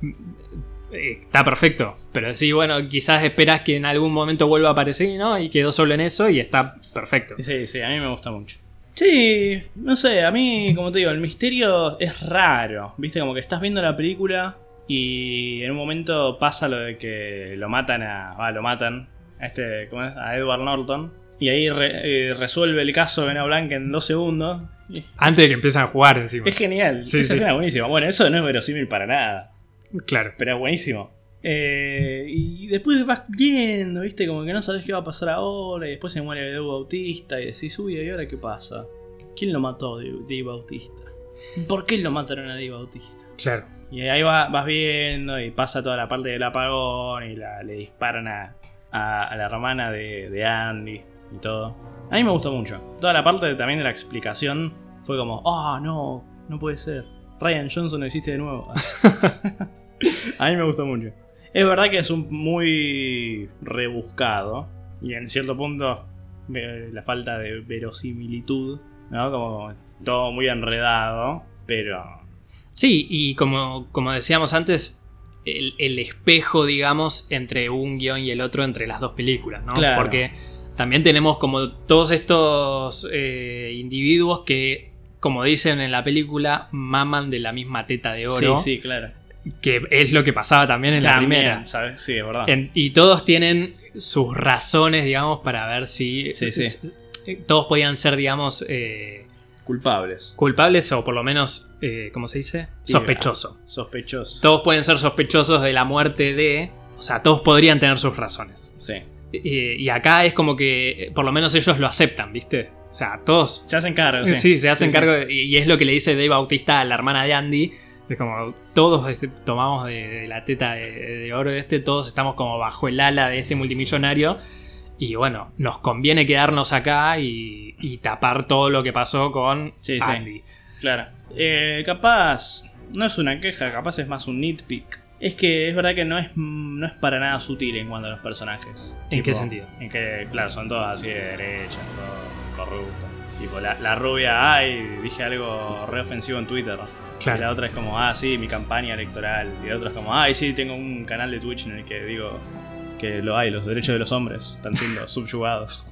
S1: Eh, Está perfecto. Pero decís, bueno, quizás esperás que en algún momento vuelva a aparecer y no, y quedó solo en eso y está perfecto.
S2: Sí, sí, a mí me gusta mucho. Sí, no sé, a mí, como te digo, el misterio es raro. Viste, como que estás viendo la película y en un momento pasa lo de que lo matan a. Ah, lo matan. A este, ¿cómo es? A Edward Norton. Y ahí re- eh, resuelve el caso de Vena Blanca en dos segundos. Y
S1: Antes de que empiecen a jugar encima.
S2: Es genial,
S1: Sí,
S2: esa
S1: sí.
S2: escena es buenísima. Bueno, eso no es verosímil para nada.
S1: Claro.
S2: Pero es buenísimo. Eh, y después vas viendo, ¿viste? Como que no sabes qué va a pasar ahora. Y después se muere Dave Bautista. Y decís, uy, ¿y ahora qué pasa? ¿Quién lo mató, Dave Dave Bautista? ¿Por qué lo mataron a Dave Bautista?
S1: Claro.
S2: Y ahí va- vas viendo y pasa toda la parte del apagón. Y la- le disparan a, a- a la hermana de, de Andy y todo. A mí me gustó mucho. Toda la parte de- también de la explicación fue como, ah, no, no puede ser. Ryan Johnson lo hiciste de nuevo. A mí me gustó mucho. Es verdad que es un muy rebuscado. Y en cierto punto, ve- la falta de verosimilitud, ¿no? Como todo muy enredado, pero.
S1: Sí, y como, como decíamos antes, el, el espejo, digamos, entre un guión y el otro, entre las dos películas, ¿no?
S2: Claro.
S1: Porque también tenemos como todos estos eh, individuos que, como dicen en la película, maman de la misma teta de oro,
S2: Sí, sí, claro.
S1: que es lo que pasaba también en la
S2: También,
S1: primera.
S2: ¿sabes? Sí, es verdad.
S1: En- y todos tienen sus razones, digamos, para ver si eh,
S2: Sí, sí.
S1: todos podían ser, digamos, eh,
S2: Culpables.
S1: culpables o por lo menos, eh, ¿cómo se dice?
S2: Sí,
S1: Sospechoso.
S2: Sospechosos.
S1: Todos pueden ser sospechosos de la muerte de... O sea, todos podrían tener sus razones.
S2: sí.
S1: Eh, y acá es como que eh, por lo menos ellos lo aceptan, ¿viste? O sea, todos...
S2: Se hacen cargo,
S1: Sí,
S2: sí.
S1: se hacen
S2: Sí, sí.
S1: cargo de- y y es lo que le dice Dave Bautista a la hermana de Andy. Es como, todos este, tomamos de, de la teta de, de oro de este, todos estamos como bajo el ala de este multimillonario. Y bueno, nos conviene quedarnos acá y, y tapar todo lo que pasó con
S2: Sí, sí.
S1: Andy.
S2: Claro. Eh, capaz. No es una queja, capaz es más un nitpick. Es que es verdad que no es, no es para nada sutil en cuanto a los personajes.
S1: ¿En qué sentido?
S2: En que, claro, son todos así de derecha, todo corrupto. Tipo, la, la rubia, ay, dije algo reofensivo en Twitter. Y la otra es como, ah, sí, mi campaña electoral. Y la otra es como, ay, sí, tengo un canal de Twitch en el que digo que lo hay, los derechos de los hombres están siendo subyugados.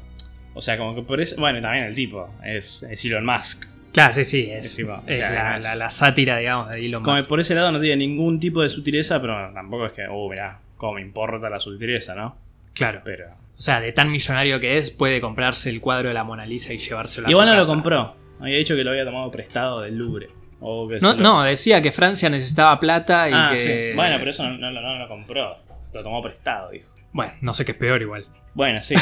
S2: O sea, como que por eso. Bueno, y también el tipo, es, es Elon Musk.
S1: Claro, sí, sí, es,
S2: Encima, o
S1: es
S2: sea,
S1: la,
S2: es-
S1: la- la sátira, digamos, de Elon
S2: Como que
S1: Musk.
S2: por ese lado no tiene ningún tipo de sutileza, pero tampoco es que, uh, mirá, como me importa la sutileza, ¿no?
S1: Claro.
S2: Pero.
S1: O sea, de tan millonario que es, puede comprarse el cuadro de la Mona Lisa y llevárselo a
S2: Igual
S1: su
S2: no lo
S1: casa.
S2: compró. Había dicho que lo había tomado prestado del Louvre. O que
S1: No,
S2: se lo-
S1: no, decía que Francia necesitaba plata y
S2: Ah,
S1: que...
S2: sí. Bueno, pero eso no, no lo- no lo compró. Lo tomó prestado, dijo.
S1: Bueno, no sé qué es peor igual.
S2: Bueno, sí.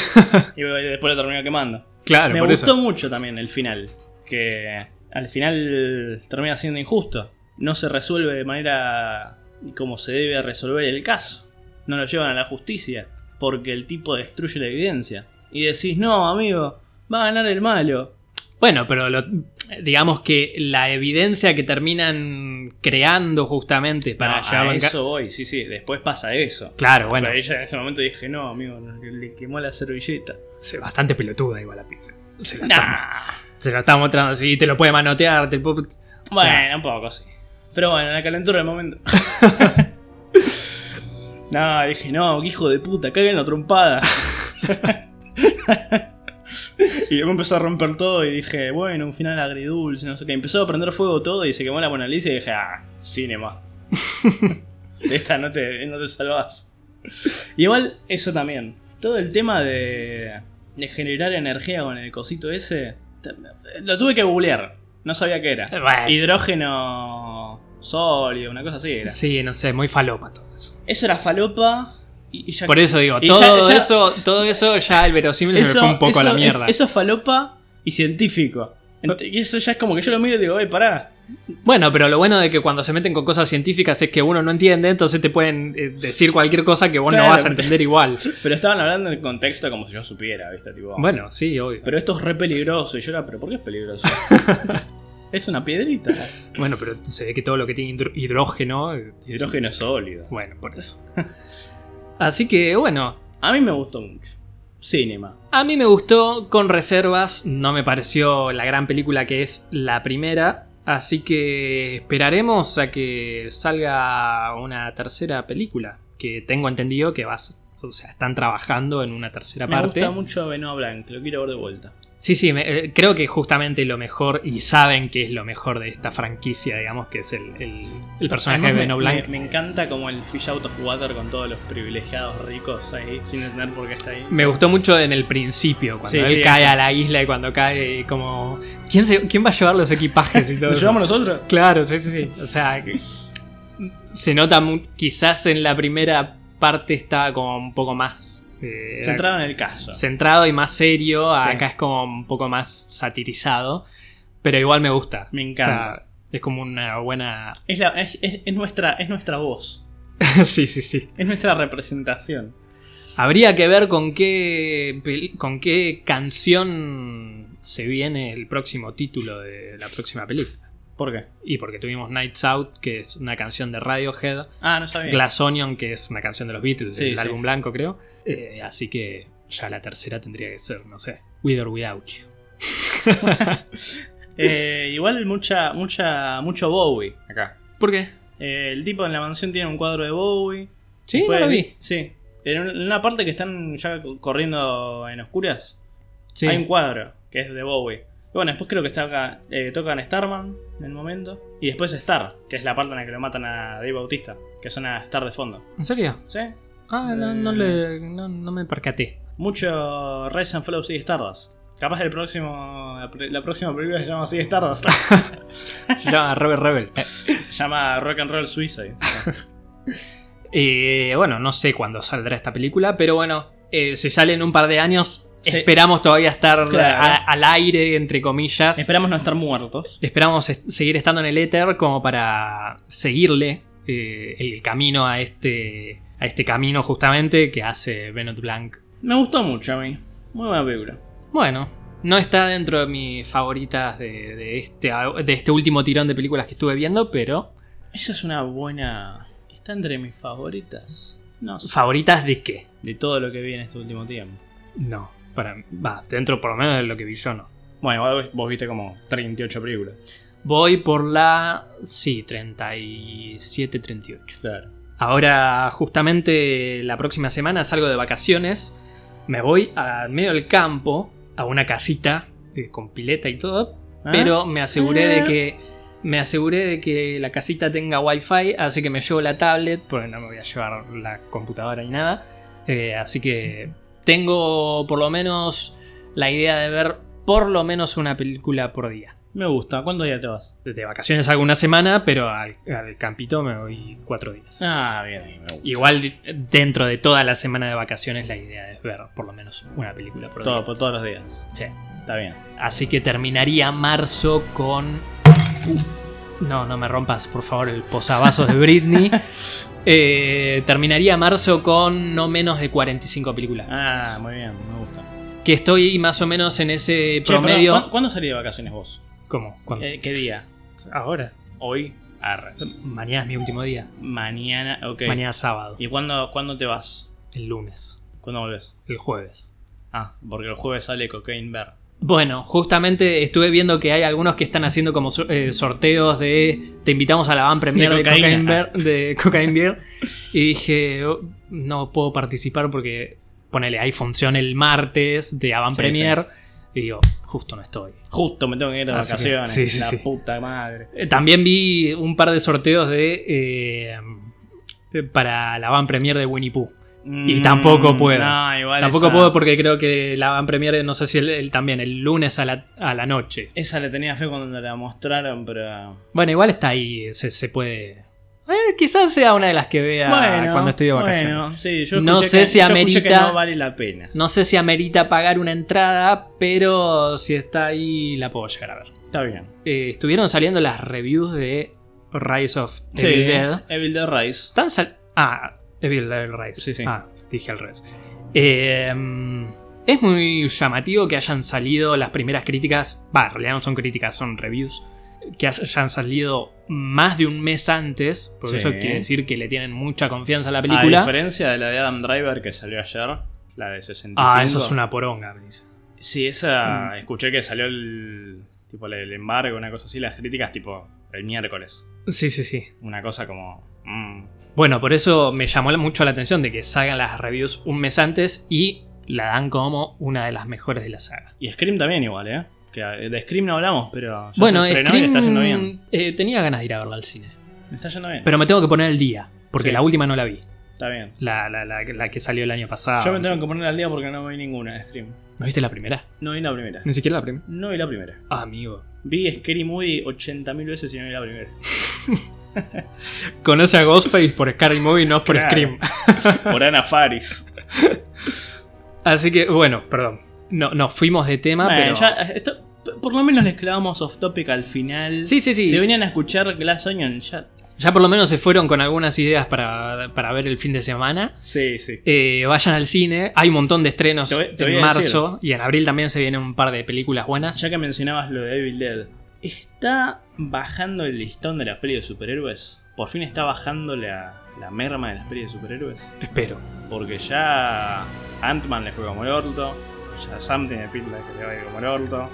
S2: y después lo terminó quemando.
S1: Claro,
S2: Me
S1: por
S2: gustó
S1: eso.
S2: mucho también el final. Que al final termina siendo injusto. No se resuelve de manera como se debe resolver el caso. No lo llevan a la justicia. Porque el tipo destruye la evidencia. Y decís, no, amigo, va a ganar el malo.
S1: Bueno, pero lo- digamos que la evidencia que terminan creando justamente para
S2: No,
S1: llevarlo
S2: a
S1: en ca-
S2: eso voy, sí, sí. Después pasa eso.
S1: Claro, bueno,
S2: Pero ella en ese momento dije, no, amigo, le quemó la servilleta.
S1: es bastante pelotuda igual la piba. Se la está,
S2: Nah.
S1: se la está mostrando así, te lo puede manotear, te puede-
S2: Bueno, un poco sí. Pero bueno, la calentura del momento. no, dije, no, qué hijo de puta, cáguenlo a trompadas. y luego empezó a romper todo y dije, bueno, un final agridulce, no sé qué. Empezó a prender fuego todo y se quemó la Mona Lisa y dije, ah, cinema. De esta no te, no te salvás. Y igual, eso también. Todo el tema de, de generar energía con el cosito ese, te- lo tuve que googlear. No sabía qué era.
S1: Eh, bueno.
S2: Hidrógeno sólido, una cosa así era.
S1: Sí, no sé, muy falopa todo eso.
S2: Eso era falopa y, y ya
S1: Por eso digo,
S2: Y
S1: todo
S2: ya- ya-
S1: eso, todo eso ya el verosímil se me
S2: Eso-
S1: fue un poco a la
S2: eso-
S1: mierda. Eh.
S2: Eso es falopa y científico. Ent- Y eso ya es como que yo lo miro y digo, ey, pará.
S1: Bueno, pero lo bueno de que cuando se meten con cosas científicas es que uno no entiende, entonces te pueden eh, decir cualquier cosa que vos no
S2: Claro,
S1: vas a
S2: porque-
S1: entender igual.
S2: Pero estaban hablando en el contexto como si yo supiera, ¿viste? Tipo,
S1: Bueno, sí, obvio.
S2: Pero esto es re peligroso. Y yo era, ¿pero por qué es peligroso? es una piedrita.
S1: Bueno, pero se ve que todo lo que tiene hidro- hidrógeno. eh,
S2: Hidrógeno sólido.
S1: Bueno, por eso. Así que, bueno,
S2: A mí me gustó mucho. Cinema.
S1: a mí me gustó con reservas. No me pareció la gran película que es la primera. Así que esperaremos a que salga una tercera película. Que tengo entendido que vas. O sea, están trabajando en una tercera
S2: Me
S1: parte.
S2: gusta mucho Benoit Blanc. Lo quiero ver de vuelta.
S1: Sí, sí, me- eh, creo que justamente lo mejor, y saben que es lo mejor de esta franquicia, digamos, que es el, el- el personaje
S2: Además,
S1: de
S2: me-
S1: Beno Blanc.
S2: Me, me encanta como el Fish Out of Water con todos los privilegiados ricos ahí, sin entender por qué está ahí.
S1: Me gustó mucho en el principio, cuando
S2: Sí,
S1: él
S2: sí,
S1: cae
S2: eso.
S1: a la isla y cuando cae como... ¿Quién, se- quién va a llevar los equipajes y todo?
S2: ¿Lo
S1: eso?
S2: llevamos nosotros?
S1: Claro, sí, sí, sí. O sea, que- se nota mu- quizás en la primera parte estaba como un poco más... eh, era
S2: Centrado en el caso.
S1: centrado y más serio,
S2: Sí.
S1: acá es como un poco más satirizado, pero igual me gusta.
S2: Me encanta.
S1: O sea, es como una buena...
S2: Es, la- es- es- es nuestra, es nuestra voz.
S1: sí, sí, sí.
S2: Es nuestra representación.
S1: Habría que ver con qué, pel- con qué canción se viene el próximo título de la próxima película.
S2: ¿Por qué?
S1: Y porque tuvimos Nights Out, que es una canción de Radiohead,
S2: Ah, no sabía.
S1: Glass Onion, que es una canción de los Beatles,
S2: Sí,
S1: del
S2: sí,
S1: álbum
S2: sí.
S1: blanco, creo. Eh, así que ya la tercera tendría que ser, no sé, With or Without You.
S2: Eh, igual mucha, mucha, mucho Bowie acá.
S1: ¿Por qué?
S2: Eh, el tipo en la mansión tiene un cuadro de Bowie.
S1: Sí, no
S2: Después
S1: lo
S2: vi-
S1: vi.
S2: Sí. En un- en una parte que están ya co- corriendo en oscuras,
S1: Sí.
S2: hay un cuadro que es de Bowie. Y bueno, después creo que está acá, eh, tocan Starman en el momento. Y después Star, que es la parte en la que lo matan a Dave Bautista, que suena Star de fondo.
S1: ¿En serio?
S2: ¿Sí?
S1: Ah, no,
S2: Eh.
S1: no, le- no- no me percaté.
S2: Mucho Rise and Flow sigue Stardust. Capaz el próximo, la, pre- la próxima película se llama así Stardust.
S1: Se llama Rebel Rebel.
S2: se llama Rock and Roll Suicide.
S1: Eh, bueno, no sé cuándo saldrá esta película, pero bueno, eh, si sale en un par de años,
S2: Sí.
S1: esperamos todavía estar
S2: Claro.
S1: a- al aire, entre comillas.
S2: Esperamos no estar muertos.
S1: Esperamos es- seguir estando en el éter como para seguirle eh, el camino a este, a este camino justamente que hace Benoit Blanc.
S2: Me gustó mucho a mí. Muy buena película.
S1: Bueno, no está dentro de mis favoritas de, de este, de este último tirón de películas que estuve viendo, pero
S2: Esa es una buena. Está entre mis favoritas. No sé.
S1: ¿favoritas de qué?
S2: De todo lo que vi en este último tiempo.
S1: No, para va, dentro por lo menos de lo que vi yo no.
S2: Bueno, igual vos, vos viste como 38 películas.
S1: Voy por la. Sí, 37-38.
S2: Claro.
S1: Ahora, justamente la próxima semana salgo de vacaciones. Me voy al medio del campo, a una casita eh, con pileta y todo.
S2: ¿Ah?
S1: Pero me aseguré de
S2: Ah.
S1: que. Me aseguré de que la casita tenga wifi, así que me llevo la tablet, porque no me voy a llevar la computadora ni nada. Eh, así que tengo por lo menos la idea de ver por lo menos una película por día
S2: Me gusta. ¿Cuántos días te vas?
S1: de vacaciones hago una semana, pero al, al campito me voy cuatro días.
S2: Ah, bien, bien, me gusta.
S1: Igual di- dentro de toda la semana de vacaciones la idea es ver por lo menos una película por
S2: Todo,
S1: día.
S2: por todos los días.
S1: Sí.
S2: Está bien.
S1: Así que terminaría marzo con... uh, No, no me rompas por favor el posavasos de Britney. Eh, terminaría marzo con no menos de 45 películas.
S2: Ah, muy bien, me gusta.
S1: Que estoy más o menos en ese
S2: Che,
S1: promedio...
S2: perdón, ¿cuán- ¿Cuándo salí de vacaciones vos?
S1: ¿Cómo? ¿Cuándo?
S2: Eh, ¿Qué día?
S1: Ahora.
S2: Hoy. Arre.
S1: Mañana es mi último día.
S2: Mañana. Ok.
S1: Mañana es sábado.
S2: ¿Y cuándo, cuándo te vas?
S1: El lunes.
S2: ¿Cuándo volvés?
S1: El jueves.
S2: Ah, porque el jueves sale Cocaine Bear.
S1: Bueno, justamente estuve viendo que hay algunos que están haciendo como so- eh, sorteos de te invitamos a la van premier de,
S2: De
S1: Cocaine
S2: cocaína.
S1: Bear- de Cocaine Beer y dije "Oh, no puedo participar porque ponele hay función el martes de Avant
S2: Sí,
S1: Premier y digo justo no estoy.
S2: Justo me tengo que ir de
S1: Así que-
S2: vacaciones.
S1: Ah, sí, sí,
S2: la
S1: sí.
S2: puta madre.
S1: Eh, También vi un par de sorteos de eh, para la van premier de Winnie Pooh Y tampoco
S2: Mm,
S1: puedo.
S2: No, igual
S1: Tampoco
S2: esa-
S1: puedo porque creo que la van a premiar, no sé si el, el- también, el lunes a la, a la noche.
S2: Esa le tenía fe cuando la mostraron, pero.
S1: Bueno, igual está ahí, se, se puede... Eh, quizás sea una de las que vea Ah, cuando estoy de vacaciones.
S2: bueno, sí, yo
S1: No
S2: escuché
S1: sé
S2: que-
S1: si
S2: yo escuché que
S1: amerita-
S2: no vale la pena.
S1: No sé si amerita pagar una entrada, pero si está ahí la puedo llegar a ver.
S2: Está bien.
S1: Eh, estuvieron saliendo las reviews de Rise of Evil Dead.
S2: Evil Dead Rise.
S1: Están sal- Ah, Evil Dead Rise.
S2: Sí, sí.
S1: Ah, dije el Rise. Eh, mm, es muy llamativo que hayan salido las primeras críticas. Va, en realidad no son críticas, son reviews. Que hayan salido más de un mes antes. Porque
S2: Sí. Ah,
S1: eso quiere decir que le tienen mucha confianza a la
S2: A
S1: película.
S2: diferencia de la de Adam Driver que salió ayer, la de 65.
S1: Ah, eso es una poronga, me dice.
S2: Sí, esa.
S1: Mm.
S2: Escuché que salió el. Tipo, el- el embargo, una cosa así. Las críticas, tipo, el miércoles.
S1: Sí, sí, sí.
S2: Una cosa como. mm,
S1: Bueno, por eso me llamó la- mucho la atención de que salgan las reviews un mes antes y la dan como una de las mejores de la saga.
S2: Y Scream también, igual, ¿eh? Que de Scream no hablamos, pero. Ya
S1: bueno,
S2: se estrenó y le está yendo
S1: Scream,
S2: bien.
S1: eh, tenía ganas de ir a verla al cine,
S2: Le Está yendo bien.
S1: pero me tengo que poner el día, porque
S2: Sí.
S1: la última no la vi,
S2: Está bien.
S1: la, la- la- la que salió el año pasado.
S2: Yo me
S1: no
S2: tengo
S1: sé.
S2: que poner al día porque no vi ninguna de Scream.
S1: ¿No viste la primera?
S2: No vi la primera.
S1: Ni siquiera la primera.
S2: No vi la primera.
S1: Amigo.
S2: Vi Scary Movie 80.000 veces y no vi la primera.
S1: Conoce a Ghostface por Scary Movie, no por
S2: Claro.
S1: Scream.
S2: Por Ana Faris.
S1: Así que, bueno, perdón. No, nos fuimos de tema,
S2: Bueno,
S1: Ah, pero.
S2: ya, esto- por lo menos les clavamos off topic al final.
S1: Sí, sí, sí.
S2: Si venían a escuchar Glass Onion, ya.
S1: Ya por lo menos se fueron con algunas ideas para, para ver el fin de semana.
S2: Sí, sí.
S1: Eh, vayan al cine. Hay un montón de estrenos
S2: Te voy- te voy
S1: en
S2: a
S1: marzo y en abril también se vienen un par de películas buenas.
S2: Ya que mencionabas lo de Evil Dead, ¿está bajando el listón de las pelis de superhéroes? ¿Por fin está bajando la, la merma de las pelis de superhéroes?
S1: Espero.
S2: Porque ya Ant-Man le fue como el orto, ya Sam tiene pinta de que le va a ir como el orto.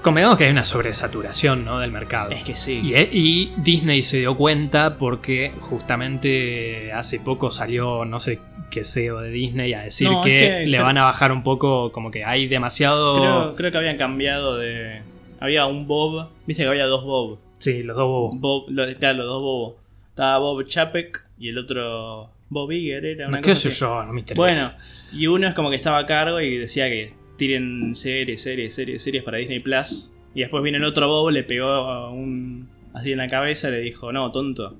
S1: Convengamos que hay una sobresaturación ¿no? del mercado.
S2: Es que sí.
S1: Y, eh, y Disney se dio cuenta porque justamente hace poco salió, no sé qué CEO de Disney, a decir
S2: No, es
S1: que,
S2: que-
S1: le
S2: creo-
S1: van a bajar un poco, como que hay demasiado...
S2: Creo, creo que habían cambiado de... Había un Bob, viste que había dos Bob.
S1: Sí, los dos bobos.
S2: Bob, lo- claro, los dos bobos. Estaba Bob Chapek y el otro Bob Iger era una
S1: No, ¿Qué
S2: cosa
S1: sé
S2: así.
S1: yo? No me interesa.
S2: Bueno, y uno es como que estaba a cargo y decía que tiren series, series, series, series para Disney Plus. Y después viene el otro Bob, le pegó a un así en la cabeza y le dijo, no, tonto.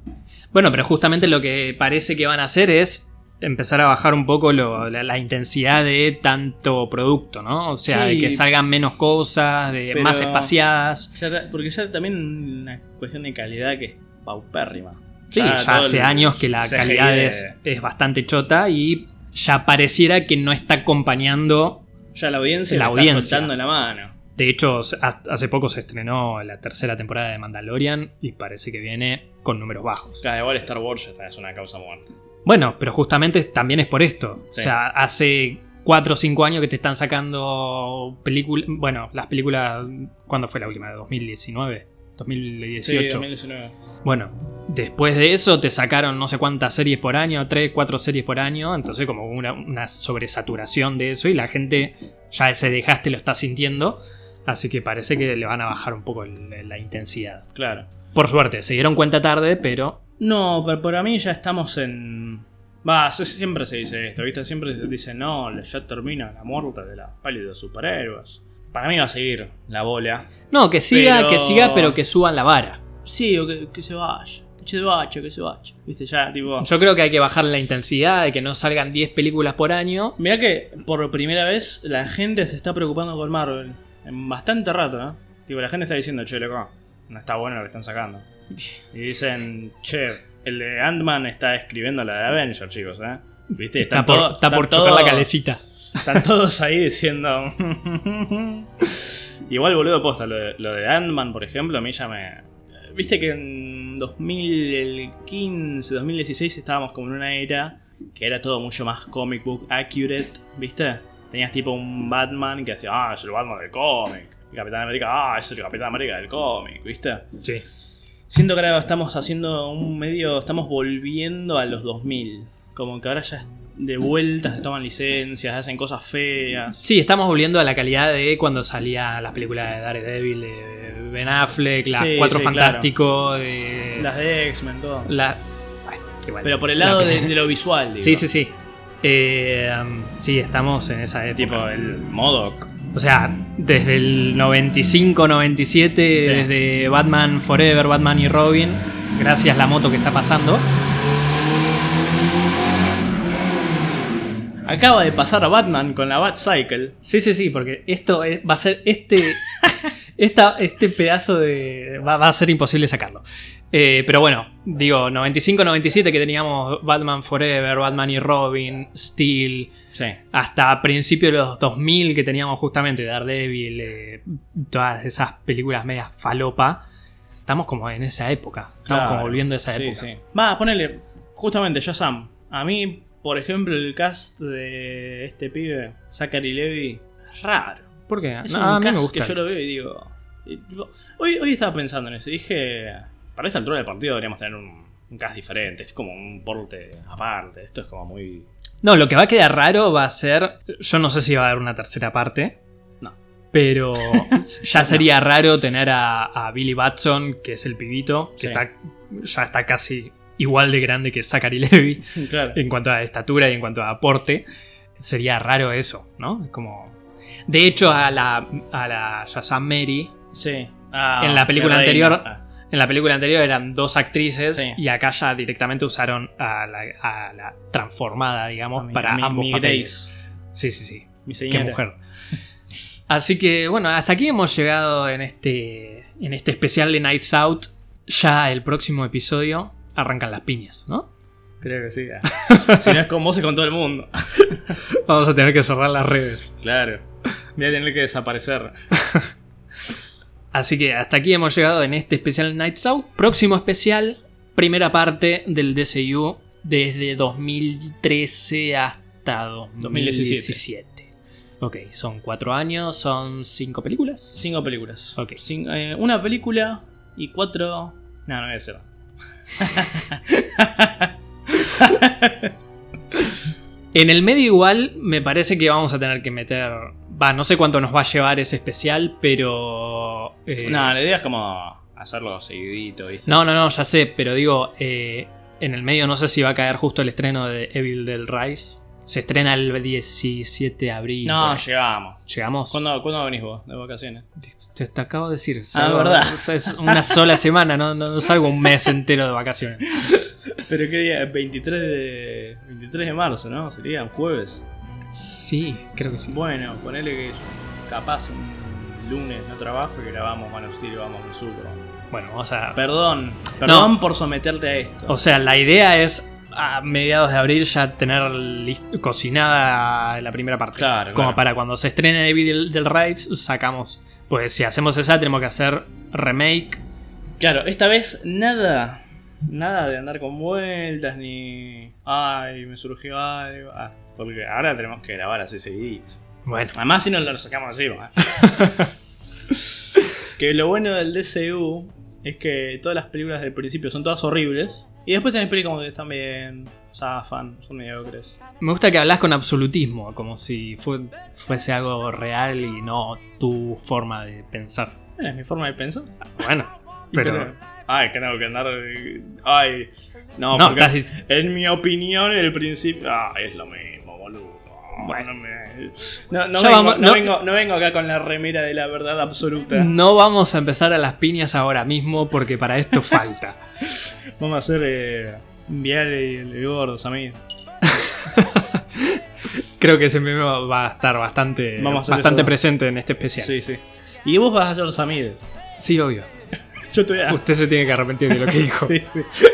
S1: Bueno, pero justamente lo que parece que van a hacer es empezar a bajar un poco lo- la, la intensidad de tanto producto, ¿no? O sea,
S2: Sí.
S1: de que salgan menos cosas, de
S2: Pero-
S1: más espaciadas.
S2: Ya ta- porque ya también una cuestión de calidad que es paupérrima.
S1: Sí,
S2: Ah,
S1: ya
S2: todo
S1: hace
S2: el
S1: años que la
S2: CGI
S1: calidad
S2: de-
S1: es, es bastante chota y ya pareciera que no está acompañando.
S2: Ya la audiencia
S1: La
S2: la,
S1: audiencia.
S2: está soltando la mano.
S1: De hecho, se- ha- hace poco se estrenó la tercera temporada de Mandalorian y parece que viene con números bajos.
S2: Claro, igual Star Wars ya está, es una causa muerta.
S1: Bueno, pero justamente también es por esto.
S2: Sí.
S1: O sea, hace 4 o 5 años que te están sacando películas. Bueno, las películas. ¿Cuándo fue la última? ¿2019? ¿2018?
S2: Sí, 2019.
S1: Bueno, después de eso te sacaron no sé cuántas series por año, 3, 4 series por año. Entonces, como una, una sobresaturación de eso y la gente ya ese dejaste lo está sintiendo. Así que parece que le van a bajar un poco el- la intensidad.
S2: Claro.
S1: Por suerte, se dieron cuenta tarde, pero
S2: No, pero para mí ya estamos en. Va, se- siempre se dice esto, ¿viste? Siempre se dice, no, ya termina la muerte de la peli de los superhéroes. Para mí va a seguir la bola.
S1: No, que siga,
S2: Pero-
S1: que siga, pero que suban la vara.
S2: Sí, o que, que se vaya. Que se vaya, que se vaya. ¿Viste? Ya, tipo.
S1: Yo creo que hay que bajar la intensidad, de que no salgan 10 películas por año.
S2: Mirá que por primera vez la gente se está preocupando con Marvel. En bastante rato, ¿eh? Tipo, la gente está diciendo, che, loco, no está bueno lo que están sacando. Y dicen, che, el de Ant-Man está escribiendo la de Avengers, chicos, ¿eh? ¿Viste?
S1: Está, por,
S2: todo-
S1: está
S2: están
S1: por chocar
S2: todo-
S1: la calecita.
S2: Están todos ahí diciendo. Igual, boludo, posta. Lo de, lo de Ant-Man, por ejemplo, a mí ya me. eh, Viste que en 2015, 2016 estábamos como en una era que era todo mucho más comic book accurate, ¿viste? Tenías tipo un Batman que decía, ah, es el Batman del cómic. Y Capitán América, ah, es el Capitán América del cómic, ¿viste?
S1: Sí.
S2: Siento que ahora estamos haciendo un medio, estamos volviendo a los 2000. Como que ahora ya es- de vuelta se toman licencias, hacen cosas feas.
S1: Sí, estamos volviendo a la calidad de cuando salía las películas de Daredevil, de Ben Affleck, las
S2: Sí,
S1: Cuatro
S2: sí,
S1: Fantásticos, de.
S2: Las de X-Men, todo.
S1: la- Ay, igual.
S2: Pero por el
S1: La
S2: lado de,
S1: primera.
S2: de lo visual, digo.
S1: Sí, sí, sí. Eh, um, sí, estamos en esa época.
S2: Tipo el Modoc.
S1: O sea, desde el 95-97,
S2: Sí.
S1: desde Batman Forever, Batman y Robin, gracias la moto que está pasando.
S2: Acaba de pasar a Batman con la Batcycle.
S1: Sí, sí, sí, porque esto es- va a ser este. esta- este pedazo de. Va, va a ser imposible sacarlo. Eh, pero bueno, digo, 95-97 que teníamos Batman Forever, Batman y Robin, Steel,
S2: Sí.
S1: hasta principios de los 2000 que teníamos justamente Daredevil, eh, todas esas películas medias falopa. Estamos como en esa época. Estamos
S2: Claro.
S1: como volviendo a esa
S2: Sí,
S1: época.
S2: sí. Va, ponele. Justamente, Shazam. A mí, por ejemplo, el cast de este pibe, Zachary Levy, es raro.
S1: ¿Por qué?
S2: Es
S1: Ah, No,
S2: un
S1: a mí me
S2: cast
S1: gusta.
S2: que yo lo veo y digo. y tipo, hoy, hoy estaba pensando en eso. y Dije. Para esta altura del partido deberíamos tener un, un cast diferente. Es como un porte aparte. Esto es como muy.
S1: No, lo que va a quedar raro va a ser. Yo no sé si va a haber una tercera parte.
S2: No.
S1: Pero ya sería raro tener a, a Billy Batson, que es el pibito, que
S2: Sí.
S1: está, ya está casi igual de grande que Zachary Levy
S2: Claro.
S1: en cuanto a estatura y en cuanto a aporte. Sería raro eso, ¿no? Es como. De hecho, a la, a la Shazam Mary,
S2: Sí. Ah,
S1: En la película
S2: de
S1: anterior-
S2: Reino. Ah,
S1: en la película anterior eran dos actrices
S2: Sí.
S1: y acá ya directamente usaron a la, a la transformada, digamos,
S2: Ah, mi-
S1: para
S2: mi-
S1: ambos
S2: mi
S1: papeles.
S2: Grace,
S1: Sí, sí, sí.
S2: mi
S1: Qué
S2: señora.
S1: mujer. Así que bueno, hasta aquí hemos llegado en este, en este especial de Nights Out. Ya el próximo episodio arrancan las piñas, ¿no?
S2: Creo que sí. ¿eh? si no es con vos, es con todo el mundo.
S1: Vamos a tener que cerrar las redes.
S2: Claro. Voy a tener que desaparecer.
S1: Así que hasta aquí hemos llegado en este especial de Nights Out. Próximo especial, primera parte del DCU desde 2013 hasta 2017.
S2: 2017.
S1: Ok, son cuatro años, son cinco películas.
S2: Cinco películas.
S1: Ok.
S2: Cin- eh, una película y cuatro. No, no voy a hacer.
S1: En el medio igual me parece que vamos a tener que meter... Va, no sé cuánto nos va a llevar ese especial, pero... eh,
S2: No, la idea es como hacerlo seguidito, ¿viste?
S1: no, no, no, ya sé, pero digo, eh, en el medio no sé si va a caer justo el estreno de Evil Del Rise. Se estrena el 17 de abril.
S2: No,
S1: por ahí.
S2: llegamos.
S1: llegamos.
S2: ¿Cuándo, cuándo venís vos de vacaciones?
S1: Te, te acabo de decir.
S2: Ah, verdad.
S1: Es una sola semana, no, no, no salgo un mes entero de vacaciones.
S2: Pero qué día, 23 de, 23 de marzo, ¿no? Sería un jueves.
S1: Sí, creo que sí.
S2: Bueno, ponele que capaz un lunes no trabajo y grabamos Man of Steel y vamos con Superman.
S1: Bueno, vamos a...
S2: Perdón, perdón por someterte a esto.
S1: O sea, la idea es a mediados de abril ya tener lis- cocinada la primera parte.
S2: Claro,
S1: Como
S2: claro.
S1: para cuando se estrene David del, del Rise, sacamos. Pues si hacemos esa, tenemos que hacer remake.
S2: Claro, esta vez nada. Nada de andar con vueltas ni. Ay, me surgió algo. Ah, porque ahora tenemos que grabar así seguidito.
S1: Bueno,
S2: Además, si no lo sacamos encima. ¿eh? que lo bueno del DCU es que todas las películas del principio son todas horribles. Y después tenés películas como que están bien. Zafan, son mediocres.
S1: me gusta que hablas con absolutismo, como si fue- fuese algo real y no tu forma de pensar.
S2: Bueno, es mi forma de pensar.
S1: Bueno,
S2: Y
S1: pero.
S2: Ay, que tengo que andar. eh, Ay. No,
S1: No,
S2: porque
S1: estás dic-
S2: en mi opinión, el principio. Ah, es lo mismo, boludo.
S1: Bueno.
S2: No, me- no, no
S1: Ya
S2: vengo,
S1: vamos-
S2: no
S1: no- Mm.
S2: vengo- no vengo acá con la remera de la verdad absoluta.
S1: No vamos a empezar a las piñas ahora mismo porque para esto falta.
S2: Vamos a hacer. Eh, enviarle el, el gordos a mí.
S1: Creo que ese meme va- va a estar bastante,
S2: Vamos a hacer
S1: bastante
S2: eso.
S1: presente en este especial.
S2: Sí, sí. Y vos vas a ser Samir.
S1: Sí, obvio.
S2: Yo te voy a.
S1: Usted se tiene que arrepentir de lo que dijo.
S2: Ah. Sí, sí.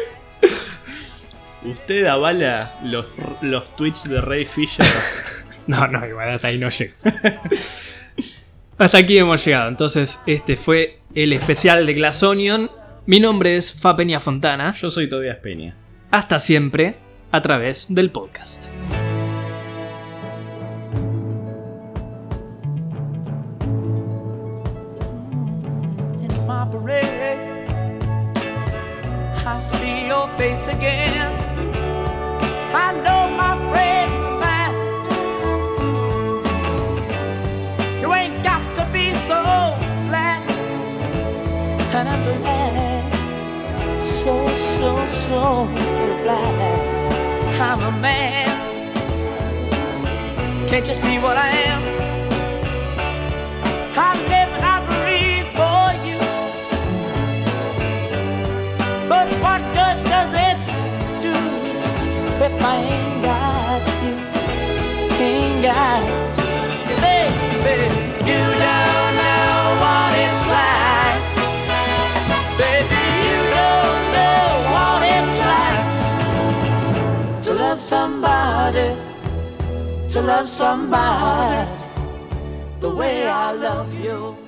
S2: Usted avala los, los tweets de Ray Fisher.
S1: No, no, igual hasta ahí no llego. hasta aquí hemos llegado. Entonces, este fue el especial de Glass Onion. Mi nombre es Fa Peña Fontana.
S2: Yo soy Tobias Peña.
S1: Hasta siempre a través del podcast.
S3: in my parade. I see your face again. I know my friend of mine. You ain't got to be so glad. And I'm glad. So, so, so glad. I'm a man. Can't you see what I am? I live and I breathe for you. But what good does it do if I ain't got you? Ain't got you, baby. You don't know what it's like. Baby, you don't know what it's like to love somebody to love somebody the way I love you.